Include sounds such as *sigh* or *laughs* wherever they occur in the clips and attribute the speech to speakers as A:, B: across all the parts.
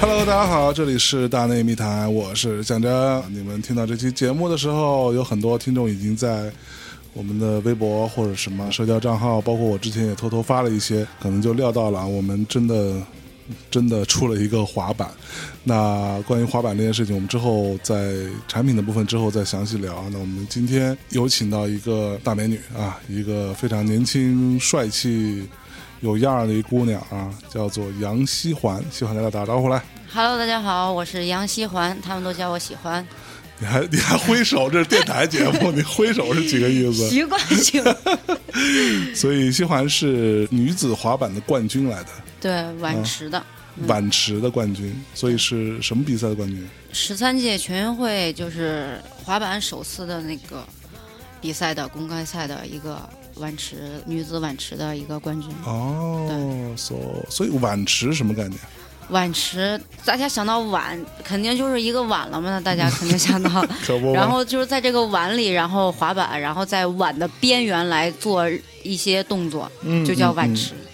A: Hello，大家好，这里是大内密谈，我是蒋真。你们听到这期节目的时候，有很多听众已经在我们的微博或者什么社交账号，包括我之前也偷偷发了一些，可能就料到了啊我们真的真的出了一个滑板。那关于滑板这件事情，我们之后在产品的部分之后再详细聊。啊那我们今天有请到一个大美女啊，一个非常年轻、帅气、有样儿的一姑娘啊，叫做杨希环。希环给大家打招呼来，
B: Hello，大家好，我是杨希环，他们都叫我喜欢，
A: 你还你还挥手，这是电台节目，你挥手是几个意思？
B: 习惯性
A: *laughs* 所以希环是女子滑板的冠军来的，
B: 对晚池的
A: 碗池的冠军，所以是什么比赛的冠军？
B: 十三届全运会就是滑板首次的那个比赛的公开赛的一个晚池女子晚池的一个冠军。
A: 哦，所所以碗池什么概念？
B: 晚池，大家想到碗，肯定就是一个碗了嘛，那大家肯定想
A: *laughs*
B: 到。
A: 可不吗，
B: 然后就是在这个碗里，然后滑板，然后在碗的边缘来做一些动作，
A: 嗯
B: 就叫
A: 碗
B: 晚池。。
A: 嗯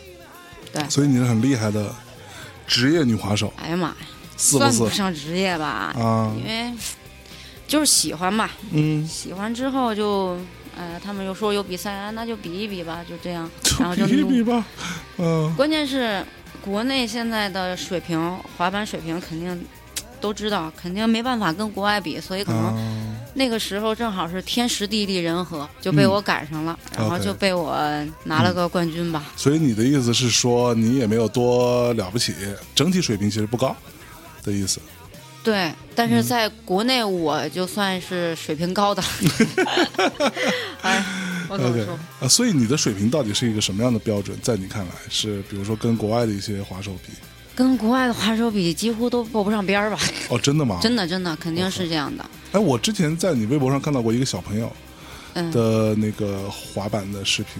A: 所以你是很厉害的职业女滑手，
B: 哎呀妈呀，
A: 四不
B: 算
A: 四
B: 不上职业吧，
A: 啊？
B: 因为就是喜欢嘛，
A: 嗯，
B: 喜欢之后就，呃，他们又说有比赛啊，那就比一比吧，就这样。然后就
A: 比一
B: 录
A: 比吧， *laughs* 嗯、
B: 关键是国内现在的水平，滑板水平肯定都知道，肯定没办法跟国外比，所以可能
A: 啊，
B: 那个时候正好是天时地利人和，就被我赶上了，然后
A: 嗯 OK 嗯
B: 就被我拿了个冠军吧。
A: 所以你的意思是说你也没有多了不起，整体水平其实不高的意思。
B: 对，但
A: 嗯
B: 是在国内我就算是水平高的。 *laughs* 哎，我怎么
A: OK，
B: 说？
A: 啊，所以你的水平到底是一个什么样的标准？在你看来是，比如说跟国外的一些滑手比，
B: 跟国外的滑手比，几乎都够不上边儿吧？
A: 哦，真的吗？
B: 真的，真的，肯定是这样的。
A: 哎，我之前在你微博上看到过一个小朋友
B: 嗯，
A: 的那个滑板的视频，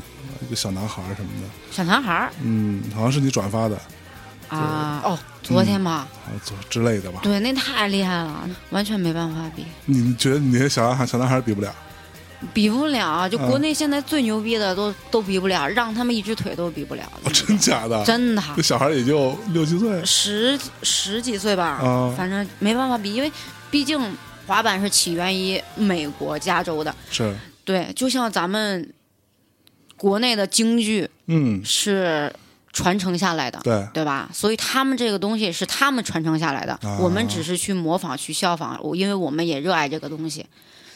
A: 一个小男孩儿什么的，
B: 小男孩儿
A: 嗯，好像是你转发的，
B: 啊，哦，昨天吧，
A: 啊，之之类的吧？
B: 对，那太厉害了，完全没办法比，
A: 你觉得你那些小男孩、小男孩比不了？
B: 比不了。啊就
A: 嗯
B: 国内现在最牛逼的都、都比不了，让他们一只腿都比不了，
A: 哦，真假的？
B: *laughs* *laughs* 真的。
A: 那小孩也就六七岁
B: 十十几岁吧，
A: 啊
B: 反正没办法比，因为毕竟滑板是起源于美国加州的，
A: 是，
B: 对，就像咱们国内的京剧
A: 嗯，
B: 是传承下来的，
A: 对，
B: 对吧？所以他们这个东西是他们传承下来的，
A: 啊
B: 我们只是去模仿、去效仿。我因为我们也热爱这个东西，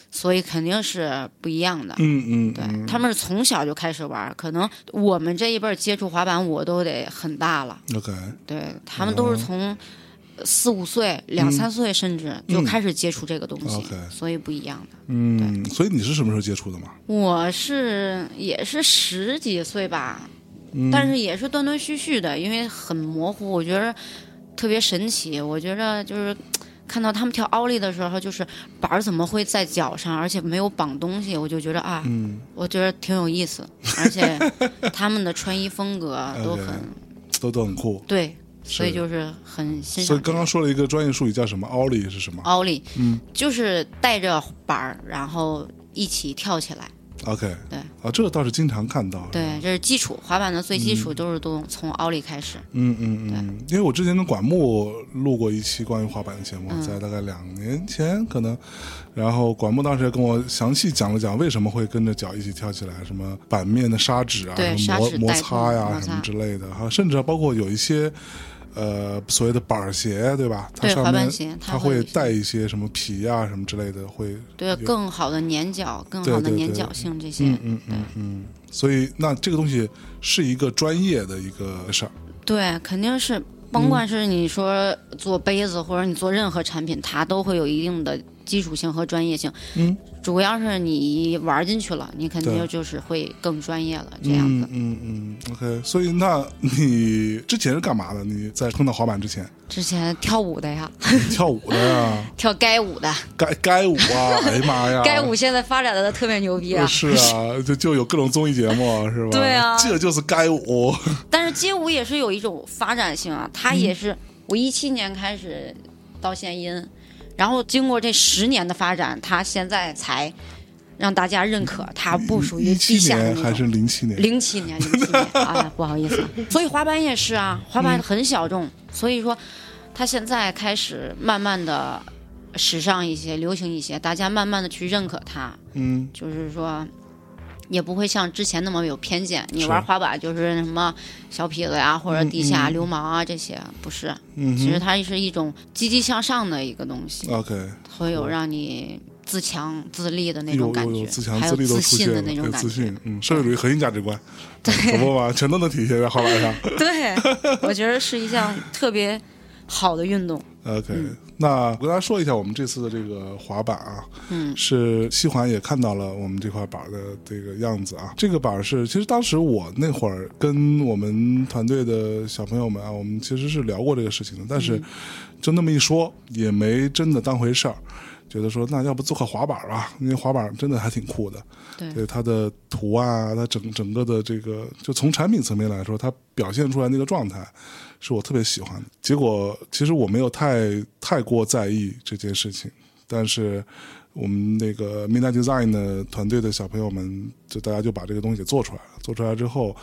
B: 所以肯定是不一样的。
A: 嗯嗯，
B: 对、
A: 嗯
B: 他们是从小就开始玩，可能我们这一辈儿接触滑板，我都得很大了。
A: ，OK，
B: 对他们
A: 哦
B: 都是从四五岁、两三岁甚至就开始接触这个东西，
A: 嗯 OK
B: 所以不一样的。
A: 嗯，所以你是什么时候接触的嘛？
B: 我是也是十几岁吧，
A: 嗯
B: 但是也是断断续续的，因为很模糊，我觉得特别神奇。我觉着就是看到他们跳奥利的时候，就是板儿怎么会在脚上，而且没有绑东西，我就觉得啊，
A: 嗯
B: 我觉得挺有意思，而且他们的穿衣风格都很
A: OK 都都很酷。
B: 对，所以
A: 是
B: 就是很
A: 所以
B: 欣赏这个。
A: 刚刚说了一个专业术语叫什么？奥利是什么
B: 奥利，
A: 嗯
B: 就是带着板儿，然后一起跳起来。
A: ？OK，
B: 对
A: 啊，这个倒是经常看到。，
B: 对，这是基础，滑板的最基础都是都从奥利开始。
A: 嗯嗯嗯，因为我之前跟管木录过一期关于滑板的节目，
B: 嗯
A: 在大概两年前可能，然后管木当时也跟我详细讲了讲为什么会跟着脚一起跳起来，什么板面的砂纸啊，
B: 对
A: 什么
B: 砂
A: 摩
B: 纸
A: 摩
B: 带动
A: 擦呀、
B: 摩擦
A: 什么之类的哈，甚至包括有一些。呃，所谓的板儿鞋，对吧？它
B: 对
A: 上
B: 滑
A: 面
B: 板鞋它
A: 它
B: 会
A: 会
B: 有一些
A: 带一些什么皮啊、什么之类的，会
B: 对，更好的粘脚，更
A: 对
B: 好的
A: 对
B: 粘
A: 对
B: 脚性这些。
A: 嗯嗯嗯，所以那这个东西是一个专业的一个事儿，
B: 对，肯定是，甭
A: 嗯
B: 管是你说做杯子，或者你做任何产品，它都会有一定的基础性和专业性。
A: 嗯，
B: 主要是你玩进去了，你肯
A: 对
B: 定就是会更专业了，这样子。
A: 嗯嗯嗯，OK。所以那你之前是干嘛的？你在碰到滑板之前， *laughs*
B: 之前跳舞的呀， *laughs*
A: 跳舞的呀，
B: 跳街舞的，
A: 该该舞
B: *laughs*
A: 啊，哎呀妈呀，
B: 街舞现在发展的特别牛逼啊。
A: 是啊，就就有各种综艺节目是吧？
B: 对啊
A: 这就是该舞，
B: 但是街舞也是有一种发展性
A: 嗯
B: 啊，它也是、我一七年开始到现音，然后经过这十年的发展，它现在才让大家认可，它不属于
A: 嗯一七
B: 地下的
A: 年
B: 那
A: 还
B: 种。
A: 是零七年？
B: 零七
A: *laughs* 嗯
B: 年，零七年，哎呀，不好意思。所以滑板也是啊，滑板很小众，所以说它现在开始慢慢的时尚一些，流行一些，大家慢慢的去认可它，
A: 嗯，
B: 就是说。也不会像之前那么有偏见。你
A: 是
B: 玩滑板就是什么小痞子呀，或者地下流氓啊这些，不是。
A: 嗯
B: 其实
A: 哼嗯
B: 它是一种积极向上的一个东西，
A: ，OK，
B: 会有让你自强自立的那种
A: 有
B: 感
A: 有
B: 觉
A: 有自，强
B: 还
A: 自
B: 有
A: 立都
B: 自
A: 出
B: 信
A: 现
B: 的
A: 了，
B: 那种
A: 有 *laughs*
B: 感
A: 自
B: 觉。
A: 信，嗯，社会主义核心价值观， *laughs* 可不嘛，全都能体现在滑板上。
B: 对，我觉得是一项特别好的运动。
A: OK，、那我跟大家说一下我们这次的这个滑板啊，
B: 嗯，
A: 是西环也看到了我们这块板的这个样子啊。这个板是，其实当时我那会儿跟我们团队的小朋友们啊，我们其实是聊过这个事情的，但
B: 嗯
A: 是就那么一说，也没真的当回事儿。觉得说，那要不做个滑板吧，因为滑板真的还挺酷的。
B: 对
A: 对它的图案啊，它整整个的这个，就从产品层面来说，它表现出来那个状态，是我特别喜欢的。结果其实我没有太太过在意这件事情，但是我们那个 Mina Design 的团队的小朋友们，就大家就把这个东西给做出来了。做出来之后，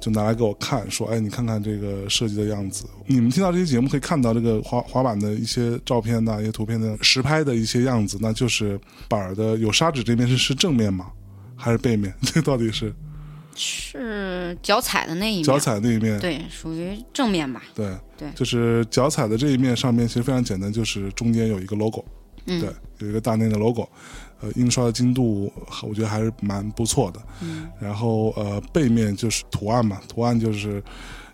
A: 就拿来给我看，说：“哎，你看看这个设计的样子。”你们听到这期节目可以看到这个滑滑板的一些照片呐、一些图片的实拍的一些样子，那就是板儿的有砂纸这边是是正面吗？还是背面？ *laughs* 这到底是
B: 是脚踩的那一面，
A: 脚踩那一面？
B: 对，属于正面吧。
A: 对
B: 对
A: 就是脚踩的这一面上面其实非常简单，就是中间有一个 logo，、
B: 嗯
A: 对，有一个大内的 logo，呃，印刷的精度我觉得还是蛮不错的。嗯，然后呃，背面就是图案嘛，图案就是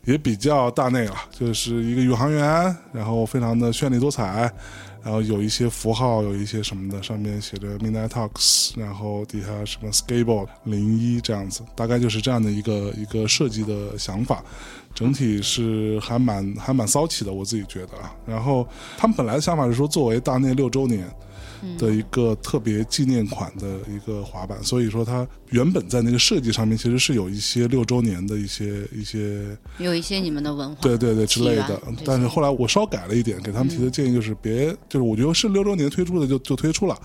A: 也比较大内了，就是一个宇航员，然后非常的绚丽多彩。然后有一些符号，有一些什么的，上面写着 Midnight Talks，然后底下什么 Skateboard 零一这样子，大概就是这样的一个一个设计的想法。整体是还蛮还蛮骚气的，我自己觉得啊。然后他们本来的想法是说，作为大内六周年的一个特别纪念款的一个滑板，所以说它原本在那个设计上面其实是有一些六周年的一些一些
B: 有一些你们的文化，
A: 对对对之
B: 起
A: 类
B: 源
A: 的
B: 这些。嗯
A: 但是后来我稍改了一点，给他们提的建议就是别，就是我觉得是六周年推出的就就推出了，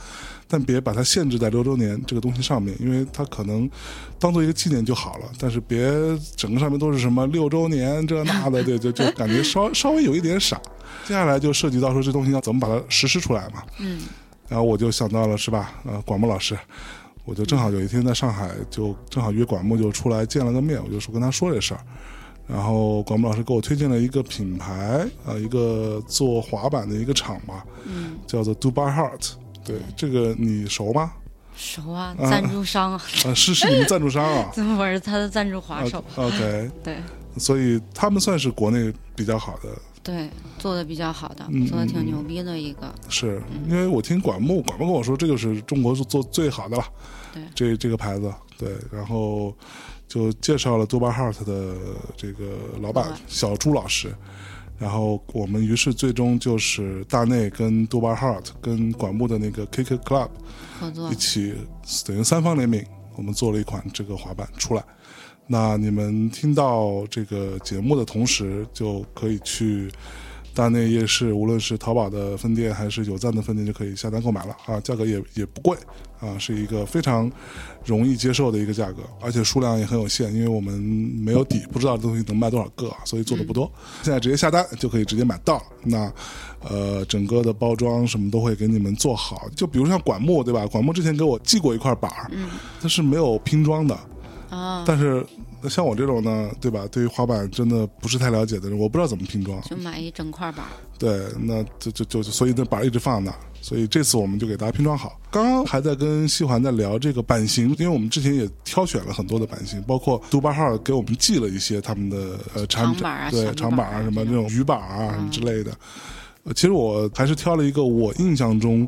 A: 但别把它限制在六周年这个东西上面，因为它可能当做一个纪念就好了。但是别整个上面都是什么六周年这那的，对，就就感觉稍稍微有一点傻。接下来就涉及到说这东西要怎么把它实施出来嘛。
B: 嗯，
A: 然后我就想到了，是吧？呃，管木老师，我就正好有一天在上海，就正好约管木就出来见了个面，我就说跟他说这事儿。然后管木老师给我推荐了一个品牌，啊、一个做滑板的一个厂吧，
B: 嗯，
A: 叫做 Dubai Heart。对，这个你熟吗？
B: 熟啊，
A: 啊
B: 赞助商啊，。
A: 啊、是是你们赞助商啊
B: *laughs* 怎么不是他的赞助滑手？
A: o k
B: 对
A: 所以他们算是国内比较好的，
B: 对，做的比较好的
A: 嗯，
B: 做的
A: 嗯
B: 挺
A: 嗯
B: 牛逼的一个，
A: 是因为我听管木管木跟我说，这就是中国做最好的了，
B: 对
A: 这这个牌子，对，然后就介绍了多巴 heart 的这个老板
B: 老板
A: 小朱老师，然后我们于是最终就是大内跟多巴 heart 跟管木的那个 KK Club
B: 合作
A: 一起，等于三方联名，我们做了一款这个滑板出来。那你们听到这个节目的同时，就可以去大内夜市，无论是淘宝的分店还是有赞的分店，就可以下单购买了啊，价格也也不贵啊，是一个非常容易接受的一个价格，而且数量也很有限，因为我们没有底，不知道这东西能卖多少个啊，所以做的不多。现在直接下单就可以直接买到了。那呃，整个的包装什么都会给你们做好。就比如像管木对吧？管木之前给我寄过一块板儿，它是没有拼装的，
B: 啊，
A: 但是像我这种呢，对吧？对于滑板真的不是太了解的人，我不知道怎么拼装。
B: 就买一整块板儿，
A: 对，那就就就所以那板儿一直放那儿。所以这次我们就给大家拼装好。刚刚还在跟西环在聊这个版型，因为我们之前也挑选了很多的版型，包括杜巴号给我们寄了一些他们的呃产品，
B: 长板儿啊
A: 对
B: 小
A: 长
B: 鱼
A: 板
B: 板
A: 儿
B: 儿
A: 啊
B: 啊
A: 什么那
B: 这嗯
A: 种鱼板儿啊什么之类的。呃其实我还是挑了一个我印象中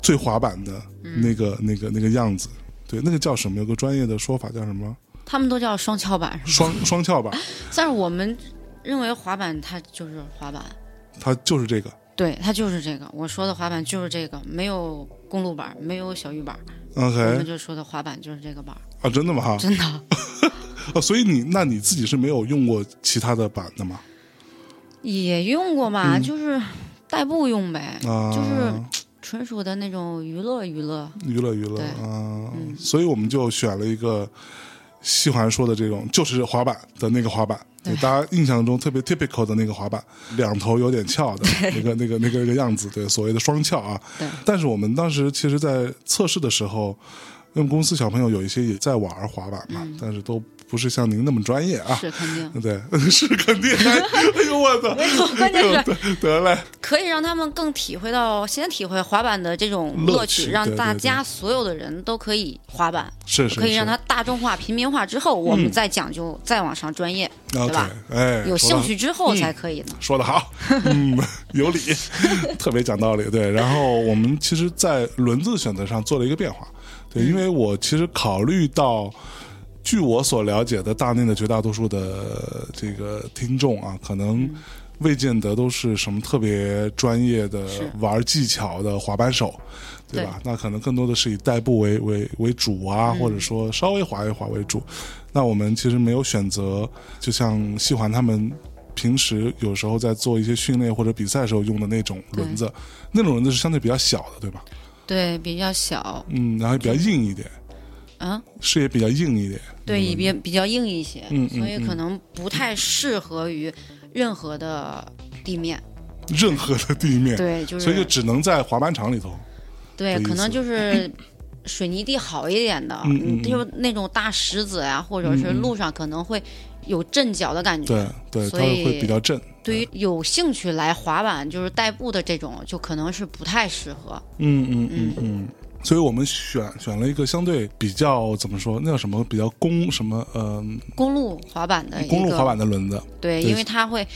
A: 最滑板的
B: 嗯
A: 那个、那个那个样子。对，那个叫什么？有个专业的说法叫什么？
B: 他们都叫双翘板是吧？
A: 双双翘板，
B: 但是我们认为滑板它就是滑板，
A: 它就是这个。
B: 对，它就是这个。我说的滑板就是这个，没有公路板儿，没有小鱼板儿，我们
A: OK
B: 就说的滑板就是这个板儿，
A: 啊，真的吗？哈，
B: 真的。
A: 哦，所以你那你自己是没有用过其他的板的吗？
B: 也用过吧，就是代步用呗，
A: 嗯啊，
B: 就是纯属的那种娱乐娱乐。
A: 娱乐娱乐
B: 对嗯
A: 啊，所以我们就选了一个西环说的这种，就是滑板的那个滑板，对大家印象中特别 typical 的那个滑板，两头有点翘的那个那个那个那个样子，对，所谓的双翘啊
B: 对。
A: 但是我们当时其实，在测试的时候，因为公司小朋友有一些也在玩滑板嘛，但是都不是像您那么专业啊。
B: 嗯是肯
A: *laughs*
B: 定
A: 对，是肯定。
B: *laughs*
A: 哎哎呦我操！
B: 关键是
A: *laughs* 哎呦得得嘞，
B: 可以让他们更体会到，先体会滑板的这种乐
A: 乐趣
B: 趣，让
A: 对对
B: 大
A: 对
B: 家所有的人都可以滑板，
A: 是是
B: 可以
A: 是
B: 让它大众化、平民化之后，我们再讲究再往上专业，对
A: OK，
B: 吧？
A: 哎，
B: 有
A: 说得
B: 兴趣之后才可以呢。
A: 说得好，嗯，有理， *laughs* 特别讲道理。对，然后我们其实，在轮子选择上做了一个变化，对，因为我其实考虑到，据我所了解的大内的绝大多数的这个听众啊，可能
B: 嗯
A: 未见得都是什么特别专业的
B: 是
A: 玩技巧的滑板手。对
B: 对嗯
A: 吧？那可能更多的是以代步为为为主啊，或者说稍微滑一滑为主。那我们其实没有选择，就像西环他们平时有时候在做一些训练或者比赛时候用的那种轮子，那种轮子是相对比较小的，对吧？
B: 嗯对，比较小，
A: 嗯，然后也比较硬一点，
B: 嗯，
A: 视野比较硬一点。
B: 对，也比比较硬一些，
A: 嗯嗯
B: 所以可能不太适合于任何的地面。
A: 任何的地面，
B: 对，就是
A: 所以就只能在滑板场里头。
B: 对，
A: 的意
B: 可能
A: 思
B: 就是水泥地好一点的，
A: 嗯嗯
B: 你就那种大石子呀、或者是路上可能会有震脚的感觉。
A: 对对，它
B: 所以
A: 会比较震。
B: 对于有兴趣来滑板就是代步的这种，就可能是不太适合。
A: 嗯嗯嗯嗯。所以我们选选了一个相对比较怎么说，那叫什么比较公什么呃
B: 公路滑板的一个
A: 公路滑板的轮子，
B: 对，
A: 对嗯
B: 因为它会。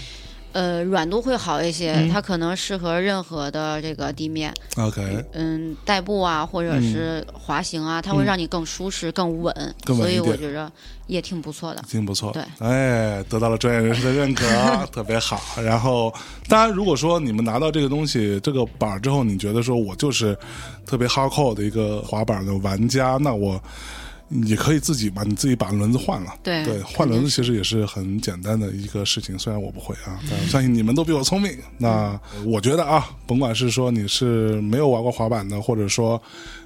B: 呃，软度会好一些，它可能适合任何的这个地面，
A: OK，
B: 嗯，代步啊，或者是滑行啊，它会让你更舒适、更稳，
A: 嗯更稳
B: 所
A: 一
B: 以
A: 点
B: 我觉着也挺不错的。
A: 挺不错。
B: 对，
A: 哎，得到了专业人士的认
B: *laughs*
A: 可，特别好。然后，当然，如果说你们拿到这个东西这个板儿之后，你觉得说我就是特别 hardcore 的一个滑板的玩家，那我。也可以自己把你自己把轮子换了，
B: 对
A: 对，换轮子其实也是很简单的一个事情。虽然我不会啊，但我相信你们都比我聪明。那我觉得啊，甭管是说你是没有玩过滑板的，或者说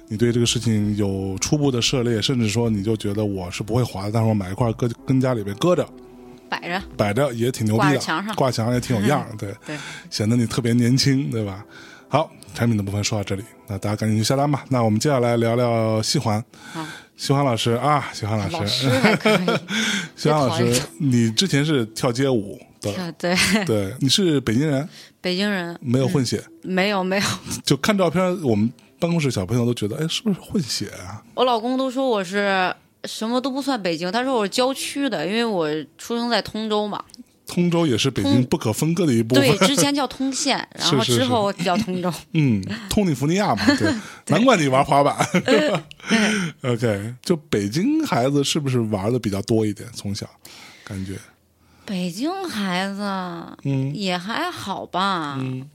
A: 你对这个事情有初步的涉猎，甚至说你就觉得我是不会滑的，但是我买一块搁跟家里边搁着，
B: 摆着，
A: 摆着也挺牛逼的，
B: 挂在墙上
A: 挂墙也挺有
B: *laughs*
A: 样儿，对，
B: 对，
A: 显得你特别年轻，对吧？好，产品的部分说到这里，那大家赶紧去下单吧。那我们接下来聊聊西环，
B: 好，
A: 西环老师啊，西环老
B: 老
A: 师，
B: 师还可以，
A: *laughs* 西环老
B: 别
A: 师
B: 讨，
A: 你之前是跳街舞的，
B: 啊对，
A: 对，你是北京人，
B: 北京人
A: 没有混血，
B: 没有没有，
A: 就看照片，我们办公室小朋友都觉得，哎，是不是混血啊？
B: 我老公都说我是什么都不算北京，他说我是郊区的，因为我出生在通州嘛。
A: 通州也是北京
B: 通
A: 不可分割的一部分
B: 嗯对，，之前叫
A: *laughs*
B: 通县，然后
A: 是是
B: 之后叫通
A: *laughs*
B: 州。
A: 嗯，通利福尼亚嘛，
B: *laughs*
A: 对，难怪你玩滑板，是吧？OK，就北京孩子是不是玩的比较多一点？从小感觉，
B: 北京孩子
A: 嗯
B: 也还好吧，
A: 嗯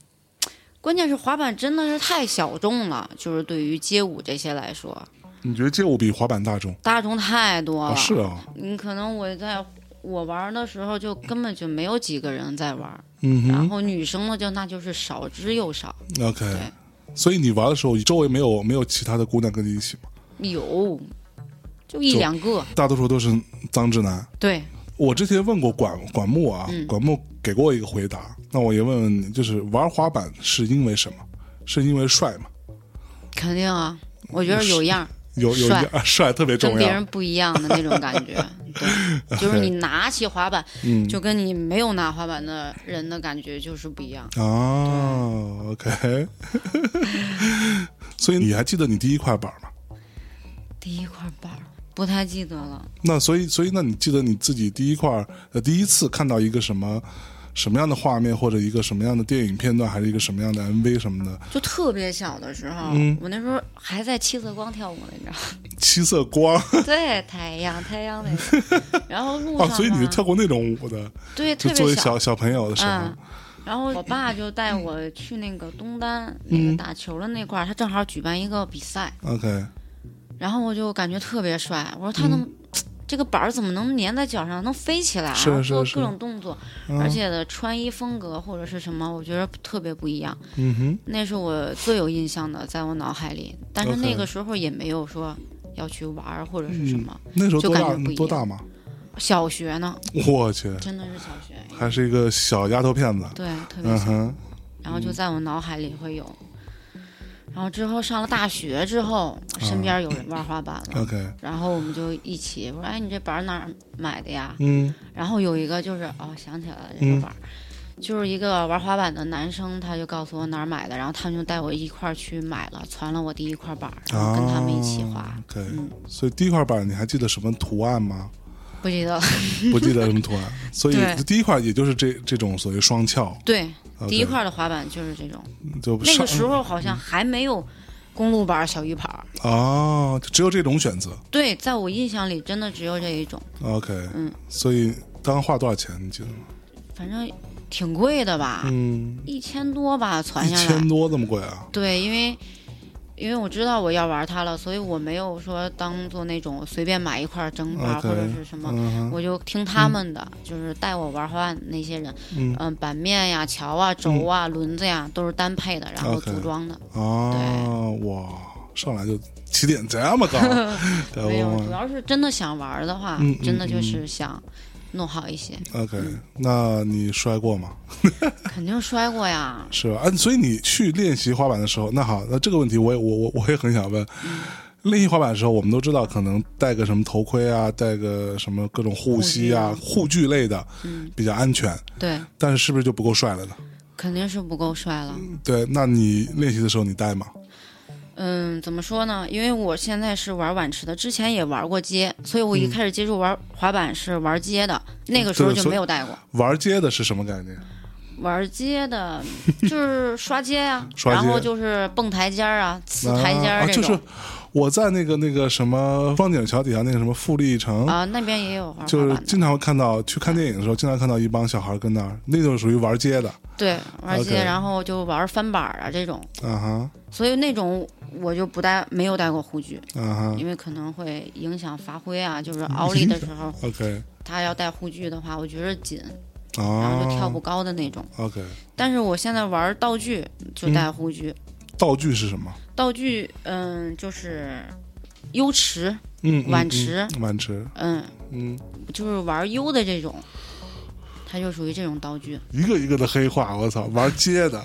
B: 关键是滑板真的是太小众了，就是对于街舞这些来说，
A: 你觉得街舞比滑板大众
B: 大众太多
A: 啊？
B: 了。
A: 是啊，
B: 你可能我在我玩的时候就根本就没有几个人在玩，
A: 嗯
B: 然
A: 哼
B: 后女生呢就那就是少之又少。
A: ，OK，所以你玩的时候，周围没有没有其他的姑娘跟你一起吗？
B: 有，就一
A: 就
B: 两个。
A: 大多数都是脏直男。
B: 对，
A: 我之前问过管管木啊，
B: 嗯
A: 管木给过一个回答，那我也问问你，就是玩滑板是因为什么？是因为帅吗？
B: 肯定啊，我觉得有样儿，
A: 有有一
B: 帅
A: 个啊帅特别
B: 跟
A: 重
B: 别
A: 要
B: 人，不一样的那种感觉。
A: *laughs*
B: 对，就是你拿起滑板，
A: 嗯，
B: 就跟你没有拿滑板的人的感觉就是不一样。
A: 哦，OK，所以你还记得你第一块板吗？
B: 第一块板儿不太记得了，
A: 那所以，所以那你记得你自己第一块呃第一次看到一个什么什么样的画面，或者一个什么样的电影片段，还是一个什么样的 MV 什么的？
B: 就特别小的时候，
A: 嗯
B: 我那时候还在七色光跳舞呢，你
A: *laughs*
B: 知道吗？
A: 七色光
B: 对，太阳太阳那个，
A: *laughs*
B: 然后路上
A: 啊，
B: 呢，
A: 所以你是跳过那种舞的，
B: 对特
A: 就作为
B: 别
A: 小小朋友的时候，
B: 嗯，然后我爸就带我去那个东单、那
A: 嗯
B: 个打球的那块儿，他正好举办一个比赛，
A: OK，
B: 然后我就感觉特别帅，我说他能。这个板儿怎么能粘在脚上，能飞起来啊？
A: 嗯是是
B: 做
A: 是嗯
B: 各种动作，
A: 啊
B: 而且的穿衣风格或者是什么，我觉得特别不一样。
A: 嗯哼，
B: 那是我最有印象的，在我脑海里。但是
A: OK
B: 那个时候也没有说要去玩儿或者是什么。
A: 那时候
B: 就
A: 多
B: 感
A: 大
B: 觉不一
A: 多
B: 样
A: 大嘛？
B: 小学呢，
A: 我去，
B: 真的是小学，
A: 还是一个小丫头片子。
B: 对，特别
A: 嗯
B: 小。
A: 哼，
B: 然后就在我脑海里会有。然后之后上了大学之后，身
A: 嗯
B: 边有人玩滑板了，
A: OK，
B: 然后我们就一起我说：“哎，你这板儿哪儿买的呀？”
A: 嗯
B: 然后有一个就是哦，想起来了，这个板儿、就是一个玩滑板的男生，他就告诉我哪儿买的，然后他们就带我一块儿去买了，传了我第一块板儿，
A: 哦
B: 然后跟他们一起滑。
A: 啊 OK，
B: 嗯，
A: 所以第一块板你还记得什么图案
B: *laughs*
A: 吗？
B: 不记得了，
A: 不记得什么图案，所以
B: 对
A: 第一块也就是这这种所谓双翘，
B: 对，
A: OK，
B: 第一块的滑板就是这种。
A: 就
B: 那
A: 哦上嗯
B: 个时候好像还没有公路板儿、小鱼板儿，
A: 哦，就只有这种选择。
B: 对，在我印象里真的只有这一种，
A: OK，
B: 嗯，
A: 所以当时花多少钱？你记得吗？
B: 反正挺贵的吧，
A: 嗯，
B: 一千多吧，传
A: 一
B: 啊下来
A: 千。多这么贵啊？
B: 对，因为因为我知道我要玩它了，所以我没有说当做那种随便买一块整板
A: OK，
B: 或者是什么。
A: 嗯哼
B: 我就听他们的，就是带我玩滑板的那些人，
A: 嗯
B: 嗯、板面呀、桥啊、轴啊、轮子呀，都是单配的，然后
A: OK
B: 组装的。
A: 哦，哇，上来就起点这么
B: *laughs*
A: 高，
B: 没有，主
A: 吗
B: 要是真的想玩的话，
A: 嗯嗯
B: 真的就
A: 嗯
B: 是想弄好一些， *laughs*
A: ？OK，那你摔过吗？
B: 肯定摔过呀。
A: 是吧？啊，所以你去练习滑板的时候，那好，那这个问题我也我我我也很想问。
B: 嗯
A: 练习滑板的时候，我们都知道可能戴个什么头盔啊，戴个什么各种护膝啊、护具类的，
B: 嗯
A: 比较安全。
B: 对，
A: 但是是不是就不够帅了呢？
B: 肯定是不够帅了。
A: 对，那你练习的时候你戴吗？
B: 嗯，怎么说呢？因为我现在是玩碗池的，之前也玩过街，所以我一开始接触玩滑板是玩街的，那个时
A: 嗯
B: 候
A: 对
B: 就
A: 所以
B: 没有带过。
A: 玩街的是什么概念？
B: 玩街的，就是刷街呀、
A: *laughs* 刷街
B: 然后就是蹦台阶儿啊、呲台阶
A: 啊
B: 儿
A: 啊，
B: 这
A: 就
B: 种
A: 是我在那个那个什么双井桥底下那个什么富力城，
B: 啊那边也有玩滑
A: 嗯就是
B: 板的，
A: 经常会看到去看电影的时候，经常看到一帮小孩跟那儿，那种属于玩街的
B: 对，玩街
A: OK
B: 然后就玩翻板儿啊这种，
A: 啊哈
B: 所以那种我就不带，没有带过护具，
A: 啊哈
B: 因为可能会影响发挥啊，就是
A: 嗯
B: 奥
A: *laughs*
B: 利的时候，
A: ，OK
B: 他要带护具的话，我觉得紧，
A: 啊，
B: 然后就跳不高的那种。
A: OK，
B: 但是我现在玩道具
A: 嗯
B: 就带护具，
A: 道具是什么？
B: 道具嗯就是优池，
A: 嗯
B: 碗池，
A: 嗯碗池，
B: 嗯
A: 嗯，
B: 就是玩优的这种，它就属于这种道具。
A: 一个一个的黑化，我操，玩街的，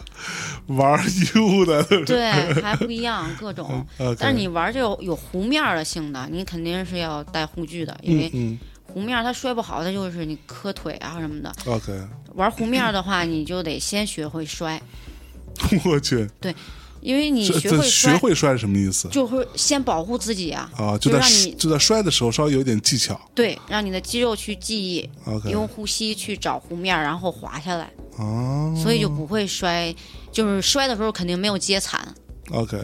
A: 玩 U 的，
B: 对，还不一样，各种。
A: OK，
B: 但是你玩这种有弧面儿的性的，你肯定是要带护具的，因为
A: 嗯
B: 弧面儿它摔不好，它就是你磕腿啊什么的。
A: 嗯，OK，
B: 玩弧面儿的话，你就得先学会摔，
A: *laughs* 我去，
B: 因为你
A: 这
B: 学
A: 这
B: 会
A: 学
B: 摔
A: 会摔是什么意思
B: 就会先保护自己啊，
A: 啊？
B: 就
A: 在
B: 让你
A: 就在摔的时候稍微有点技巧
B: 对，让你的肌肉去记忆，
A: ，OK，
B: 用呼吸去找弧面儿，然后滑下来，
A: 啊
B: 所以就不会摔，就是摔的时候肯定没有
A: *laughs*
B: 接残，
A: ，OK，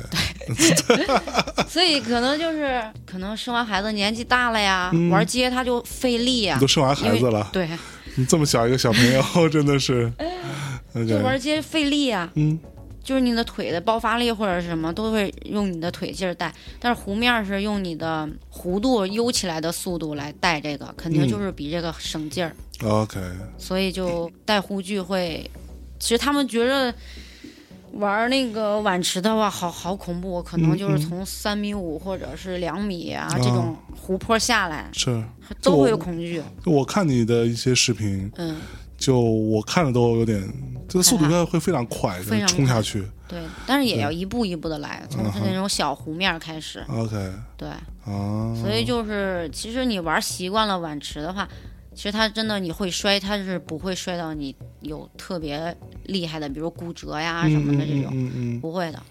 B: 所以可能就是可能生完孩子年纪大了呀，玩街他就费力呀
A: 嗯你都，生完孩子
B: 因为
A: 了，
B: 对，
A: 你这么小一个小朋
B: *laughs*
A: 友，真的是
B: 就
A: ，OK，
B: 玩街费力呀，
A: 嗯，
B: 就是你的腿的爆发力或者是什么都会用你的腿劲儿带，但是弧面儿是用你的弧度悠起来的速度来带这个，肯
A: 嗯
B: 定就是比这个省劲儿，
A: OK，
B: 所以就带护具会，其实他们觉着。玩那个碗池的话，好好恐怖，可
A: 嗯
B: 能就是从三米五或者是两米啊、这种湖泊下来，
A: 是
B: 都会有恐惧。
A: 我看你的一些视频，
B: 嗯，
A: 就我看了都有点，这个速度应该会非常快，
B: 非常
A: 冲下去
B: 对，但是也要一步一步的来，从
A: 嗯
B: 它那种小弧面儿开始。
A: ，OK，
B: 对，
A: 啊，
B: 嗯所以就是其实你玩习惯了碗池的话，其实它真的你会摔，它是不会摔到你有特别厉害的，比如骨折呀什么的这种，
A: 嗯嗯
B: 不会的。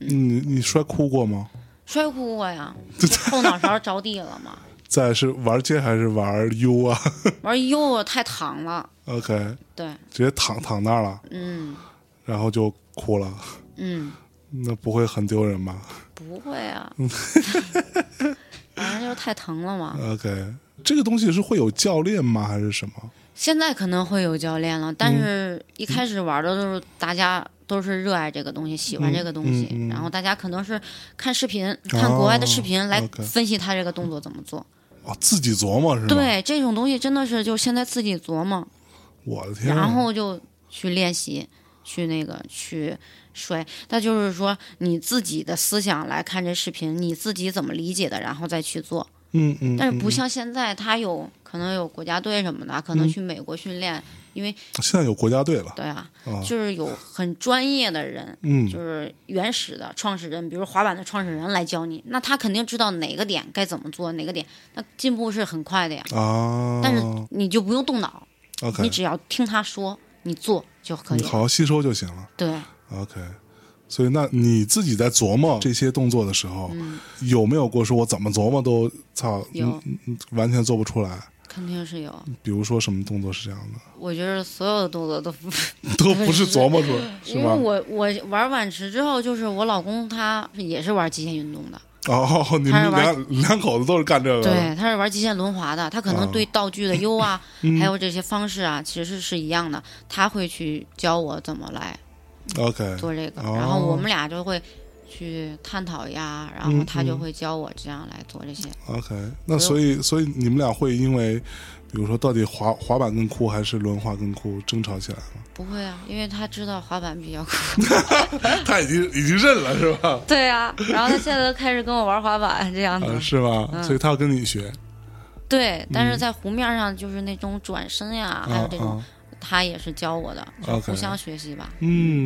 A: 嗯，你你摔哭过吗？
B: 摔哭
A: *laughs*
B: 过呀，就后脑勺着地了嘛。
A: 在是玩街还是玩 U 啊 *laughs*
B: 玩悠我太躺了，
A: ？OK，
B: 对，
A: 直接躺躺那儿了，
B: 嗯
A: 然后就哭了，
B: 嗯，
A: 那不会很丢人吧
B: 不会啊，
A: *laughs*
B: 反正就是太疼了嘛。
A: ？OK，这个东西是会有教练吗？还是什么？
B: 现在可能会有教练了，
A: 嗯
B: 但是一开始玩的都是大家都是热爱这个东西，喜欢这个东西，
A: 嗯嗯哦
B: 然后大家可能是看视频，看国外的视频来
A: OK
B: 分析他这个动作怎么做。
A: 哦，自己琢磨是吗？，
B: 对，这种东西真的是就现在自己琢磨，
A: 我的天啊，
B: 然后就去练习，去那个去摔。那就是说你自己的思想来看这视频，你自己怎么理解的，然后再去做。
A: 嗯嗯，
B: 但是
A: 嗯嗯
B: 不像现在，他有可能有国家队什么的，可能去美国训练，因为
A: 现在有国家队了，
B: 对啊，
A: 啊
B: 就是有很专业的人，
A: 嗯
B: 就是原始的创始人，比如滑板的创始人来教你，那他肯定知道哪个点该怎么做，哪个点那进步是很快的呀。
A: 啊，
B: 但是你就不用动脑，你
A: OK，
B: 只要听他说，你做就可以
A: 你
B: 了。
A: 好好吸收就行了。
B: 对，
A: OK，所以那你自己在琢
B: 嗯
A: 磨这些动作的时候，有没有过说我怎么琢磨都操，
B: 有
A: 嗯嗯完全做不出来？
B: 肯定是有。
A: 比如说什么动作是这样
B: *laughs*
A: 的，
B: 我觉得所有的动作
A: *laughs*
B: 都不
A: 都不是琢磨出来，是
B: 因为
A: 吧？
B: 我我玩碗池之后，就是我老公他也是玩极限运动的，
A: 哦，你
B: 他是
A: 们
B: 玩
A: 两两口子都是干这个的，
B: 对，他是玩极限轮滑的，他可能对道具的优
A: *laughs*
B: 啊，
A: 嗯
B: 还有这些方式啊，其实是一样的。他会去教我怎么来
A: OK，
B: 做这个，
A: 哦
B: 然后我们俩就会去探讨呀，然后
A: 嗯
B: 他就
A: 嗯
B: 会教我这样来做这些。
A: OK，那所以所以你们俩会因为，比如说到底滑滑板更酷还是轮滑更酷争吵起来吗？
B: 不会啊，因为他知道滑板比较酷。哎
A: 他已经已经认了是吧？
B: *laughs* 对啊，然后他现在都开始跟我玩滑板这样子。
A: 啊，是嗯吧？
B: 嗯
A: 所以他要跟你学，
B: 对，但是在湖面上就是那种转身呀、还有这种，
A: 啊
B: 他也是教我的，
A: 啊，OK，
B: 互相学习吧。